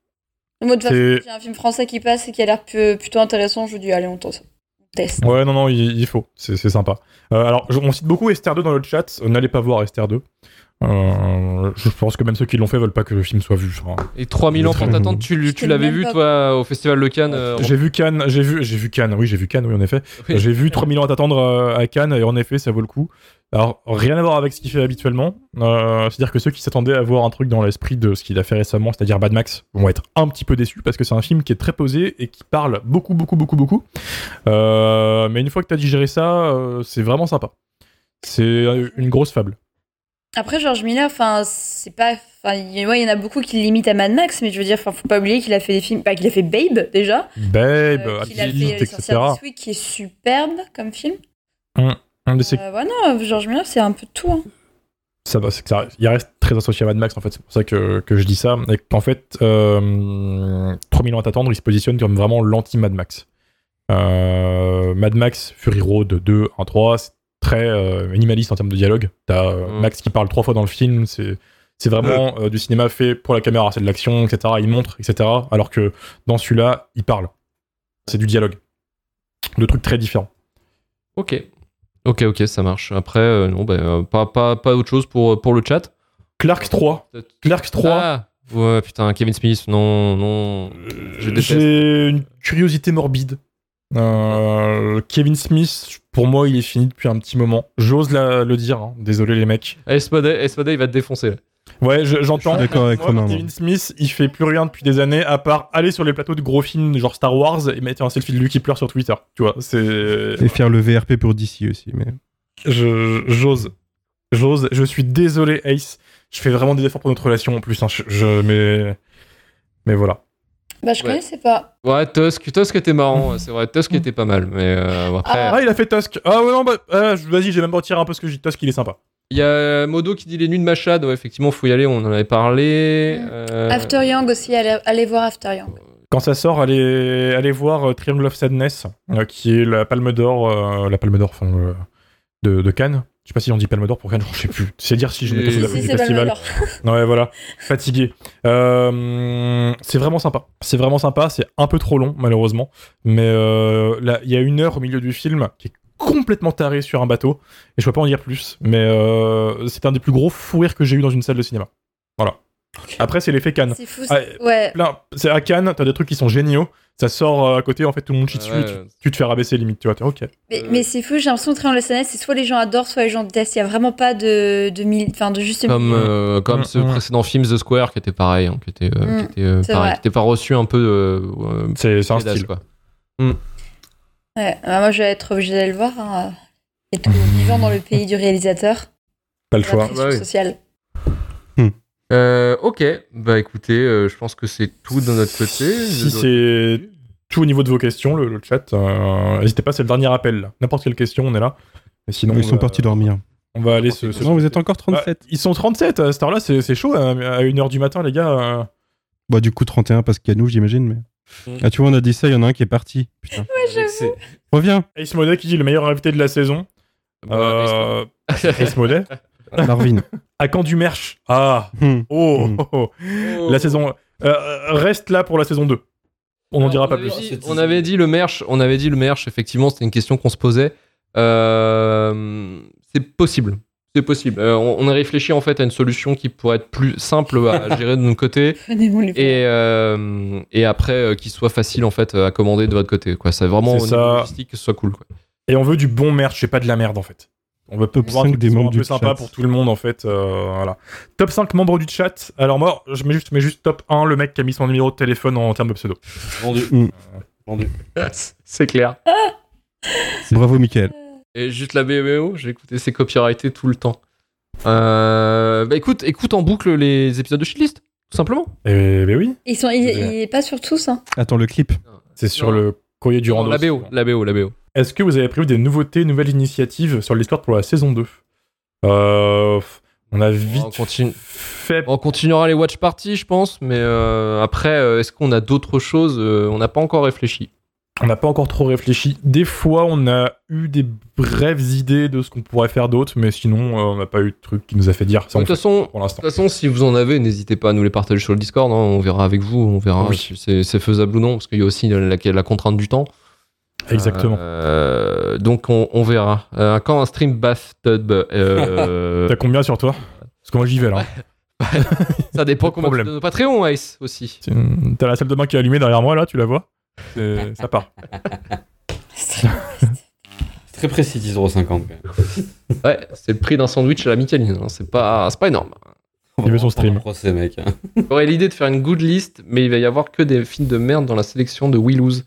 [SPEAKER 8] Moi, de toute
[SPEAKER 6] c'est-
[SPEAKER 8] façon, il y a un film français qui passe et qui a l'air peu- plutôt intéressant. Je vous dis, allez, on tente. on Teste.
[SPEAKER 6] Ouais, non, non, il, il faut. C'est c'est sympa. Euh, alors, je- on cite beaucoup Esther 2 dans le chat. Euh, N'allez pas voir Esther 2. Euh, je pense que même ceux qui l'ont fait veulent pas que le film soit vu. Enfin,
[SPEAKER 3] Et 3000 ans pour
[SPEAKER 6] Très-
[SPEAKER 3] t'attendre, tu, l-
[SPEAKER 8] Je
[SPEAKER 3] tu
[SPEAKER 8] t'ai
[SPEAKER 3] l'avais
[SPEAKER 8] même
[SPEAKER 3] vu,
[SPEAKER 8] pas-
[SPEAKER 3] toi, au Festival de Cannes. euh,
[SPEAKER 6] j'ai vu Cannes, j'ai vu, j'ai vu Cannes. Oui, j'ai vu Cannes. Oui, en effet.
[SPEAKER 3] Oui.
[SPEAKER 6] J'ai vu 3000 ans à t'attendre euh, à Cannes et en effet, ça vaut le coup. Alors, rien à voir avec ce qu'il fait habituellement. Euh, C'est-à-dire que ceux qui s'attendaient à voir un truc dans l'esprit de ce qu'il a fait récemment, c'est-à-dire Bad Max, vont être un petit peu déçus parce que c'est un film qui est très posé et qui parle beaucoup, beaucoup, beaucoup, beaucoup. Euh, mais une fois que t'as digéré ça, euh, c'est vraiment sympa. C'est euh, une grosse fable.
[SPEAKER 8] Après, George Miller, enfin, c'est pas. Enfin, il y, ouais, il y en a beaucoup qui le limitent à Mad Max, mais je veux dire, enfin, faut pas oublier qu'il a fait des films. Bah, qu'il a fait Babe déjà.
[SPEAKER 6] Babe,
[SPEAKER 8] euh, qu'il a
[SPEAKER 6] Adeline,
[SPEAKER 8] fait Les
[SPEAKER 6] etc.
[SPEAKER 8] Sorcières This Week, qui est superbe comme film.
[SPEAKER 6] Un de ces-
[SPEAKER 8] Euh, ouais, non, George Miller, c'est un peu tout. hein.
[SPEAKER 6] Ça va, c'est que ça, il reste très associé à Mad Max en fait, c'est pour ça que, que je dis ça. Et qu'en fait, euh, 3000 ans à t'attendre, il se positionne comme vraiment l'anti-Mad Max. Euh, Mad Max, Fury Road 2, 1, 3, c'est très euh, minimaliste en termes de dialogue. T'as euh,
[SPEAKER 3] Mm.
[SPEAKER 6] Max qui parle trois fois dans le film, c'est. C'est vraiment euh, du cinéma fait pour la caméra, c'est de l'action, etc. Il montre, etc. Alors que dans celui-là, il parle. C'est du dialogue. Deux trucs très différents.
[SPEAKER 3] Ok. Ok, ok, ça marche. Après, euh, non, bah, euh, pas, pas, pas autre chose pour, euh, pour le chat.
[SPEAKER 6] Clerks 3. Clerks 3.
[SPEAKER 3] Ah, ouais, putain, Kevin Smith, non, non. Je déteste.
[SPEAKER 6] J'ai une curiosité morbide. Euh, Kevin Smith, pour moi, il est fini depuis un petit moment. J'ose la- le dire, hein. désolé les mecs.
[SPEAKER 3] Eh, Espadé, Espadé, il va te défoncer. là.
[SPEAKER 6] Ouais, je- j'entends.
[SPEAKER 7] Je suis d'accord avec
[SPEAKER 6] Moi,
[SPEAKER 7] Romain, moi.
[SPEAKER 6] Kevin Smith, il fait plus rien depuis des années, à part aller sur les plateaux de gros films, genre Star Wars, et mettre un selfie de lui qui pleure sur Twitter. Tu vois, c'est.
[SPEAKER 7] Et faire le VRP pour DC aussi. Mais...
[SPEAKER 6] Je- J'ose. J'ose. Je suis désolé, Ace. Je fais vraiment des efforts pour notre relation en plus. hein. Je, je- mais. Mais voilà.
[SPEAKER 8] Bah, je
[SPEAKER 3] Ouais.
[SPEAKER 8] connaissais pas.
[SPEAKER 3] Ouais, Tusk, Tusk était marrant, c'est vrai. Tusk était pas mal, mais euh, bon, après.
[SPEAKER 6] Ah, il a fait Tusk. Ah, ouais, non, bah. euh, Vas-y, j'ai même retiré un peu ce que j'ai dit. Tusk, il est sympa.
[SPEAKER 3] Il y a euh, Modo qui dit les nuits de Machad. Ouais, effectivement, faut y aller, on en avait parlé. Euh,
[SPEAKER 8] After Young aussi, allez, allez voir After Young.
[SPEAKER 6] Quand ça sort, allez, allez voir euh, Triangle of Sadness, euh, qui est la Palme d'Or, euh, la Palme d'Or enfin, euh, de, de Cannes. Je sais pas si on dit Palme d'Or pour Cannes, [laughs] je sais plus. C'est dire si je
[SPEAKER 3] Et-
[SPEAKER 6] m'étais
[SPEAKER 3] Si,
[SPEAKER 6] la
[SPEAKER 3] si,
[SPEAKER 6] feuille du
[SPEAKER 8] c'est pas le
[SPEAKER 6] festival.
[SPEAKER 8] meilleur.
[SPEAKER 6] Ouais, voilà. Fatigué. Euh, c'est vraiment sympa. C'est vraiment sympa. C'est un peu trop long, malheureusement. Mais euh, là, il y a une heure au milieu du film qui est complètement tarée sur un bateau. Et je peux pas en dire plus. Mais euh, c'est un des plus gros fous rires que j'ai eu dans une salle de cinéma. Voilà. Après, c'est l'effet Cannes
[SPEAKER 8] C'est fou.
[SPEAKER 6] Ah,
[SPEAKER 8] c'est- ouais.
[SPEAKER 6] plein. C'est à Cannes, t'as des trucs qui sont géniaux. Ça sort euh, à côté, en fait, tout le monde chie
[SPEAKER 3] Ouais,
[SPEAKER 6] dessus.
[SPEAKER 3] ouais.
[SPEAKER 6] Tu, tu te fais rabaisser limite, tu vois. t'es ok.
[SPEAKER 8] Mais, mais c'est fou, j'ai l'impression que Triangle of Sadness, c'est soit les gens adorent, soit les gens détestent. Il y a vraiment pas de, de, mille- enfin, de juste.
[SPEAKER 3] Comme, euh, comme
[SPEAKER 6] Mm,
[SPEAKER 3] ce
[SPEAKER 6] mm.
[SPEAKER 3] précédent film The Square qui était pareil, hein, qui était, euh,
[SPEAKER 8] Mm,
[SPEAKER 3] qui était euh,
[SPEAKER 8] c'est
[SPEAKER 3] pareil,
[SPEAKER 8] vrai.
[SPEAKER 3] qui était pas reçu un peu. euh, euh,
[SPEAKER 6] C'est c'est un
[SPEAKER 3] pédasse,
[SPEAKER 6] style.
[SPEAKER 3] quoi.
[SPEAKER 8] Ouais, bah, moi, je vais être obligée d'aller le voir. hein. Et tout vivant dans le pays du réalisateur.
[SPEAKER 6] Pas le
[SPEAKER 8] La
[SPEAKER 6] choix.
[SPEAKER 8] pression
[SPEAKER 3] bah oui.
[SPEAKER 8] sociale.
[SPEAKER 3] Euh, ok, bah écoutez, euh, je pense que c'est tout de notre côté.
[SPEAKER 6] Si c'est tout au niveau de vos questions, le, le chat, euh, n'hésitez pas, c'est le dernier appel. là. N'importe quelle question, on est là. Et sinon,
[SPEAKER 7] Ils
[SPEAKER 6] on
[SPEAKER 7] sont
[SPEAKER 6] va-
[SPEAKER 7] partis dormir.
[SPEAKER 6] On va aller se. se-
[SPEAKER 7] Non, vous êtes encore
[SPEAKER 6] Bah,
[SPEAKER 7] 37.
[SPEAKER 6] ils sont 37 à cette heure-là, c'est c'est chaud hein, à 1h du matin, les gars. euh.
[SPEAKER 7] Bah, du coup, 31 parce qu'il y a nous, j'imagine. Mais...
[SPEAKER 3] Mm.
[SPEAKER 7] Ah, tu vois, on a dit ça, il y en a un qui est parti.
[SPEAKER 3] [laughs]
[SPEAKER 7] Putain.
[SPEAKER 5] C'est-
[SPEAKER 7] Reviens,
[SPEAKER 6] Ace Modet qui dit le meilleur invité de la saison. Euh,
[SPEAKER 3] [laughs]
[SPEAKER 6] Ace Modet.
[SPEAKER 7] Marvin.
[SPEAKER 6] À quand du merch Ah
[SPEAKER 7] Hmm.
[SPEAKER 6] Oh,
[SPEAKER 7] Mm.
[SPEAKER 6] oh, oh. La saison. euh, reste là pour la saison 2. On n'en dira pas
[SPEAKER 3] avait
[SPEAKER 6] plus.
[SPEAKER 3] dit- on avait dit le merch, on avait dit le merch, effectivement, c'était une question qu'on se posait. Euh, c'est possible. C'est possible. Euh, on, on a réfléchi en fait à une solution qui pourrait être plus simple
[SPEAKER 6] [laughs]
[SPEAKER 3] à gérer de notre côté
[SPEAKER 8] Prenez mon livre.
[SPEAKER 3] et, euh, et après euh, qui soit facile en fait à commander de votre côté. Quoi. C'est vraiment au
[SPEAKER 6] C'est
[SPEAKER 3] niveau
[SPEAKER 6] ça.
[SPEAKER 3] logistique que ce soit cool. Quoi.
[SPEAKER 6] [laughs] Et on veut du bon merch, c'est pas de la merde en fait. On veut
[SPEAKER 7] Top
[SPEAKER 6] pouvoir
[SPEAKER 7] 5
[SPEAKER 6] un truc
[SPEAKER 7] des
[SPEAKER 6] qui soit
[SPEAKER 7] membres
[SPEAKER 6] un peu
[SPEAKER 7] du
[SPEAKER 6] sympa
[SPEAKER 7] chat.
[SPEAKER 6] pour tout le monde en fait. euh, voilà. Top 5 membres du chat. Alors moi, je mets juste, mets juste top 1, le mec qui a mis son numéro de téléphone en termes de pseudo.
[SPEAKER 5] Vendu.
[SPEAKER 7] Mm.
[SPEAKER 5] Vendu.
[SPEAKER 3] C'est clair.
[SPEAKER 7] Bravo, Michael.
[SPEAKER 3] Et juste la BMO, j'ai écouté ses copyrightés tout le temps. Euh, bah écoute, écoute en boucle les épisodes de Shitlist, tout simplement.
[SPEAKER 6] Eh ben oui,
[SPEAKER 8] Ils sont, il, il est pas sur tous, hein.
[SPEAKER 7] Attends, le clip.
[SPEAKER 6] c'est sur
[SPEAKER 3] Non.
[SPEAKER 6] le courrier du
[SPEAKER 3] Non,
[SPEAKER 6] rando.
[SPEAKER 3] la BO, la BO, la BO.
[SPEAKER 6] Est-ce que vous avez prévu des nouveautés, nouvelles initiatives sur l'histoire pour la saison 2 Euh, on a vite
[SPEAKER 3] On continue.
[SPEAKER 6] fait.
[SPEAKER 3] On continuera les watch parties, je pense, mais euh, après, euh, est-ce qu'on a d'autres choses Euh, On n'a pas encore réfléchi.
[SPEAKER 6] On n'a pas encore trop réfléchi. Des fois, on a eu des brèves idées de ce qu'on pourrait faire d'autre, mais sinon, euh, on n'a pas eu de truc qui nous a fait dire ça.
[SPEAKER 3] De
[SPEAKER 6] on
[SPEAKER 3] toute
[SPEAKER 6] fait
[SPEAKER 3] façon,
[SPEAKER 6] Pour l'instant.
[SPEAKER 3] De toute façon, si vous en avez, n'hésitez pas à nous les partager sur le Discord. hein. On verra avec vous, on verra
[SPEAKER 6] Oui.
[SPEAKER 3] si c'est c'est faisable ou non, parce qu'il y a aussi la, la- la contrainte du temps.
[SPEAKER 6] Exactement.
[SPEAKER 3] Euh, donc on, on verra. Euh, quand un stream bathtub,
[SPEAKER 6] [laughs]
[SPEAKER 3] euh,
[SPEAKER 6] T'as combien sur toi Parce que moi, j'y vais là.
[SPEAKER 3] ça dépend comment tu
[SPEAKER 6] problème.
[SPEAKER 3] donnes au Patreon, Ice aussi.
[SPEAKER 6] C'est une- T'as la salle de bain qui est allumée derrière moi là, tu la vois C'est- Ça part.
[SPEAKER 5] C'est très précis, 10,50€. quand même.
[SPEAKER 3] Ouais, c'est le prix d'un sandwich à la Micheline. hein. C'est pas, c'est pas énorme.
[SPEAKER 6] Il veut son stream.
[SPEAKER 5] Un procès, mec. hein.
[SPEAKER 3] J'aurais l'idée de faire une good list, mais il va y avoir que des films de merde dans la sélection de We Lose.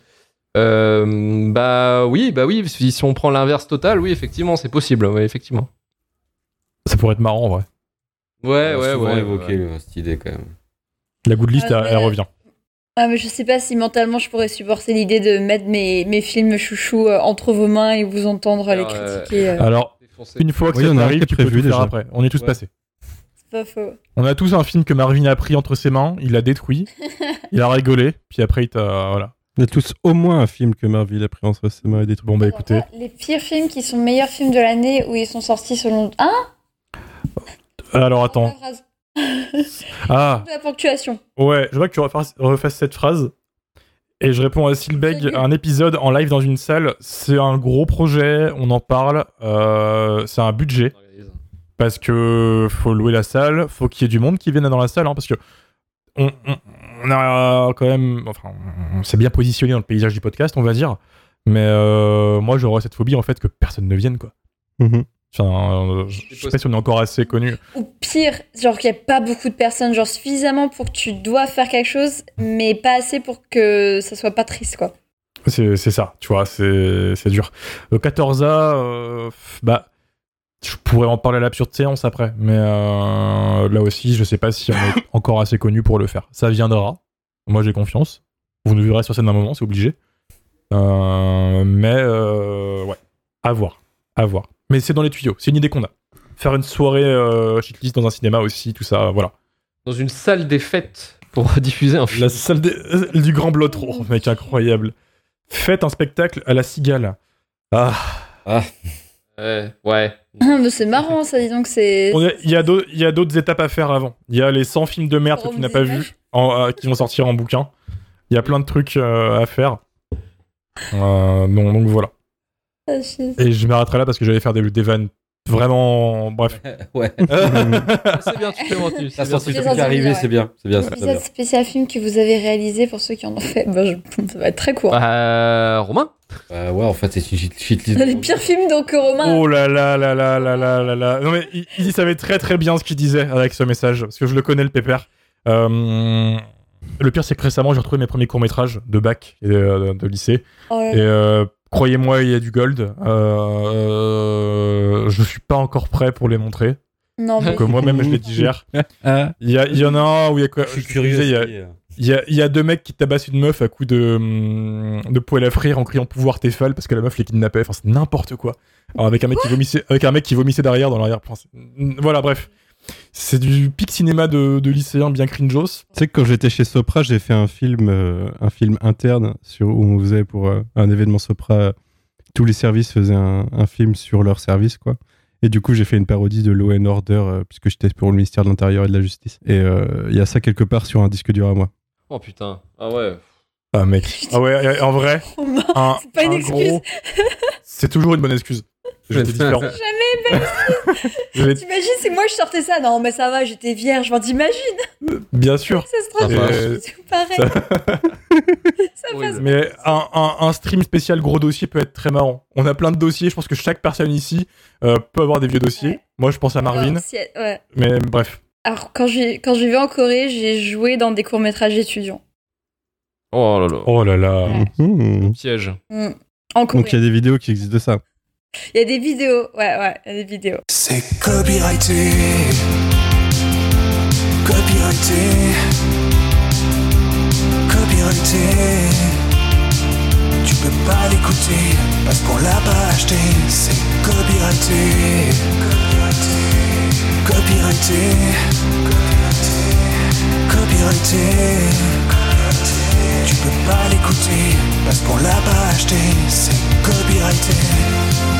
[SPEAKER 3] Euh, bah oui, bah oui. Si, si on prend l'inverse total, oui, effectivement, c'est possible. Ouais, effectivement.
[SPEAKER 6] Ça pourrait être marrant en vrai.
[SPEAKER 3] Ouais,
[SPEAKER 5] On a
[SPEAKER 3] ouais,
[SPEAKER 5] souvent
[SPEAKER 3] ouais.
[SPEAKER 5] évoqué
[SPEAKER 3] ouais.
[SPEAKER 5] euh, cette idée, quand même.
[SPEAKER 6] La good list,
[SPEAKER 2] Ouais,
[SPEAKER 6] elle, elle
[SPEAKER 2] mais- euh,
[SPEAKER 6] revient.
[SPEAKER 2] Ah, mais je sais pas si mentalement je pourrais supporter l'idée de mettre mes, mes films chouchous euh, entre vos mains et vous entendre les
[SPEAKER 3] Alors, euh,
[SPEAKER 2] critiquer. euh,
[SPEAKER 6] Alors,
[SPEAKER 3] Défoncé.
[SPEAKER 6] une fois que
[SPEAKER 7] Oui,
[SPEAKER 6] ça
[SPEAKER 7] on a
[SPEAKER 6] arrive,
[SPEAKER 7] arrêté
[SPEAKER 6] tu peux
[SPEAKER 7] prévu
[SPEAKER 6] tout faire
[SPEAKER 7] déjà.
[SPEAKER 6] après. On est tous
[SPEAKER 3] Ouais.
[SPEAKER 6] passés.
[SPEAKER 2] C'est pas faux.
[SPEAKER 6] On a tous un film que Marvin a pris entre ses mains, il l'a détruit, il a rigolé, puis après il t'a. Voilà.
[SPEAKER 7] On a tous au moins un film que Marvel a pris entre ses mains et des trucs.
[SPEAKER 6] Bon bah
[SPEAKER 2] Alors
[SPEAKER 6] écoutez,
[SPEAKER 2] là, les pires films qui sont meilleurs films de l'année où ils sont sortis selon. Hein
[SPEAKER 6] alors attends.
[SPEAKER 2] La phrase
[SPEAKER 6] Ah,
[SPEAKER 2] de la ponctuation.
[SPEAKER 6] ouais, je vois que tu refasses, refasses cette phrase. Et je réponds à Silbeg,
[SPEAKER 2] Salut.
[SPEAKER 6] un épisode en live dans une salle, c'est un gros projet, on en parle, euh, c'est un budget. parce que faut louer la salle, faut qu'il y ait du monde qui vienne dans la salle, hein, parce que on, on- on a quand même, enfin, on s'est bien positionné dans le paysage du podcast, on va dire. Mais euh, moi, j'aurais cette phobie en fait que personne ne vienne, quoi.
[SPEAKER 7] Mhm.
[SPEAKER 6] Enfin, euh, je je sais pas si on est encore assez connu.
[SPEAKER 2] Ou pire, genre qu'il n'y a pas beaucoup de personnes, genre suffisamment pour que tu dois faire quelque chose, mais pas assez pour que ça soit pas triste, quoi. [clears throat]
[SPEAKER 6] C'est c'est ça, tu vois, c'est c'est dur. Le 14A, euh, bah, je pourrais en parler à l'absurde séance après, mais euh, là aussi, je sais pas si on est encore assez connu pour le faire. Ça viendra. Moi, j'ai confiance. Vous nous verrez sur scène un moment, c'est obligé. Euh, mais euh, ouais, à voir, à voir. Mais c'est dans les tuyaux, c'est une idée qu'on a. Faire une soirée euh, shitlist dans un cinéma aussi, tout ça, voilà.
[SPEAKER 3] Dans une salle des fêtes pour [laughs] diffuser un film.
[SPEAKER 6] La salle des- euh, du Grand Blotro, mec, incroyable. Faites un spectacle à la cigale. Ah,
[SPEAKER 3] Ouais, ouais.
[SPEAKER 2] mais c'est marrant, ça, dis donc, c'est.
[SPEAKER 6] on a- il y a d'autres- il y a d'autres étapes à faire avant. Il y a les 100 films de merde que tu
[SPEAKER 2] Forum
[SPEAKER 6] n'as
[SPEAKER 2] des
[SPEAKER 6] pas
[SPEAKER 2] images.
[SPEAKER 6] vus, en- euh, qui vont sortir en bouquin. Il y a plein de trucs euh, à faire. Euh, donc, donc voilà.
[SPEAKER 2] Ah, je-
[SPEAKER 6] Et je m'arrêterai là parce que j'allais faire des, des vannes
[SPEAKER 5] [laughs]
[SPEAKER 6] vraiment. Bref.
[SPEAKER 5] Ouais.
[SPEAKER 3] [laughs] C'est bien, tu t'es retenu.
[SPEAKER 5] Ça
[SPEAKER 3] c'est bien,
[SPEAKER 5] sent
[SPEAKER 3] tu
[SPEAKER 5] tout
[SPEAKER 3] t'es
[SPEAKER 2] c'est
[SPEAKER 5] ce
[SPEAKER 3] retenu.
[SPEAKER 5] qui est arrivé,
[SPEAKER 2] ouais.
[SPEAKER 5] c'est bien. C'est bien, c'est très
[SPEAKER 2] Épisode
[SPEAKER 5] bien.
[SPEAKER 2] spécial film que vous avez réalisé pour ceux qui en ont fait. Ben, je- [laughs] Ça va être très court.
[SPEAKER 3] Euh, Romain
[SPEAKER 5] Euh, ouais, en fait, c'est une shit- shitlist.
[SPEAKER 2] [laughs] Les pires films, donc, euh, Romain.
[SPEAKER 6] Oh là là là là là là là là. Non mais il, il savait très très bien ce qu'il disait avec ce message parce que je le connais le pépère. Euh, le pire c'est que récemment j'ai retrouvé mes premiers courts métrages de bac et de, de lycée
[SPEAKER 2] Oh là
[SPEAKER 6] et
[SPEAKER 2] là.
[SPEAKER 6] euh, croyez-moi il y a du gold. Euh, je suis pas encore prêt pour les montrer
[SPEAKER 2] Non, mais.
[SPEAKER 6] donc euh, moi-même
[SPEAKER 2] [laughs]
[SPEAKER 6] je les digère.
[SPEAKER 7] Ah,
[SPEAKER 6] Il y, a- il y en a un où il y a quoi
[SPEAKER 5] Je suis
[SPEAKER 6] je
[SPEAKER 5] curieux.
[SPEAKER 6] disais, il y a-
[SPEAKER 5] si, euh,
[SPEAKER 6] il y, a, il y a deux mecs qui tabassent une meuf à coups de, hum, de poêle à frire en criant pouvoir tes phalles parce que la meuf les kidnappait. Enfin, c'est n'importe quoi. Alors, avec, un mec qui vomissait, avec un mec qui vomissait derrière dans l'arrière-plan. C'est- Voilà, bref. C'est du pic cinéma de, de lycéen bien cringeos.
[SPEAKER 7] Tu sais que quand j'étais chez Sopra, j'ai fait un film, euh, un film interne sur, où on faisait pour euh, un événement Sopra, euh, tous les services faisaient un, un film sur leur service, quoi. Et du coup, j'ai fait une parodie de Law and Order, euh, puisque j'étais pour le ministère de l'Intérieur et de la Justice. Et euh, il y a ça quelque part sur un disque dur à moi.
[SPEAKER 3] Oh putain. Ah ouais.
[SPEAKER 6] Ah, mec. Ah ouais, et- et en
[SPEAKER 2] [laughs]
[SPEAKER 6] vrai.
[SPEAKER 2] Romain.
[SPEAKER 6] un-
[SPEAKER 2] C'est pas une
[SPEAKER 6] un
[SPEAKER 2] excuse.
[SPEAKER 6] gros- C'est toujours une bonne excuse. J'étais différent. J'étais-
[SPEAKER 2] T'imagines si moi je sortais ça Non, mais ça va, j'étais vierge. Enfin, t'imagines,
[SPEAKER 6] Bien sûr.
[SPEAKER 2] ça se trouve,
[SPEAKER 6] Ça
[SPEAKER 2] [laughs] je suis tout pareil. Ça passe.
[SPEAKER 3] Horrible.
[SPEAKER 6] Mais un, un- un stream spécial gros dossier peut être très marrant. On a plein de dossiers. Je pense que chaque personne ici euh, peut avoir des vieux dossiers.
[SPEAKER 2] Ouais.
[SPEAKER 6] Moi, je pense à Marvin.
[SPEAKER 2] Alors, si elle- ouais.
[SPEAKER 6] Mais bref.
[SPEAKER 2] Alors, quand j'ai- quand je vivais en Corée, j'ai joué dans des courts-métrages étudiants.
[SPEAKER 3] Oh là là.
[SPEAKER 6] Oh là là.
[SPEAKER 2] Ouais.
[SPEAKER 6] Hmm.
[SPEAKER 7] Mhm.
[SPEAKER 3] Piège.
[SPEAKER 2] Mm. En Corée.
[SPEAKER 7] Donc il y a des vidéos qui existent de ça.
[SPEAKER 2] Il y a des vidéos. Ouais, ouais, il y a des vidéos.
[SPEAKER 9] C'est copyrighté. Copyrighté. Copyrighté. Tu peux pas l'écouter parce qu'on l'a pas acheté. C'est copyrighté. Copyrighté. Copyrighté. Copyrighté. Tu peux pas l'écouter parce qu'on l'a pas acheté. C'est copyrighté.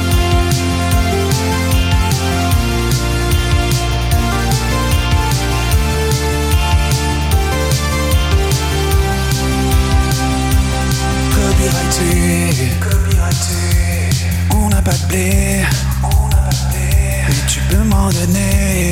[SPEAKER 9] Copyrighté. On n'a pas de blé. Mais tu peux m'en donner.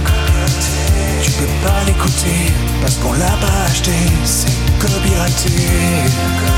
[SPEAKER 9] Tu peux pas l'écouter parce qu'on l'a pas acheté. C'est copyrighté.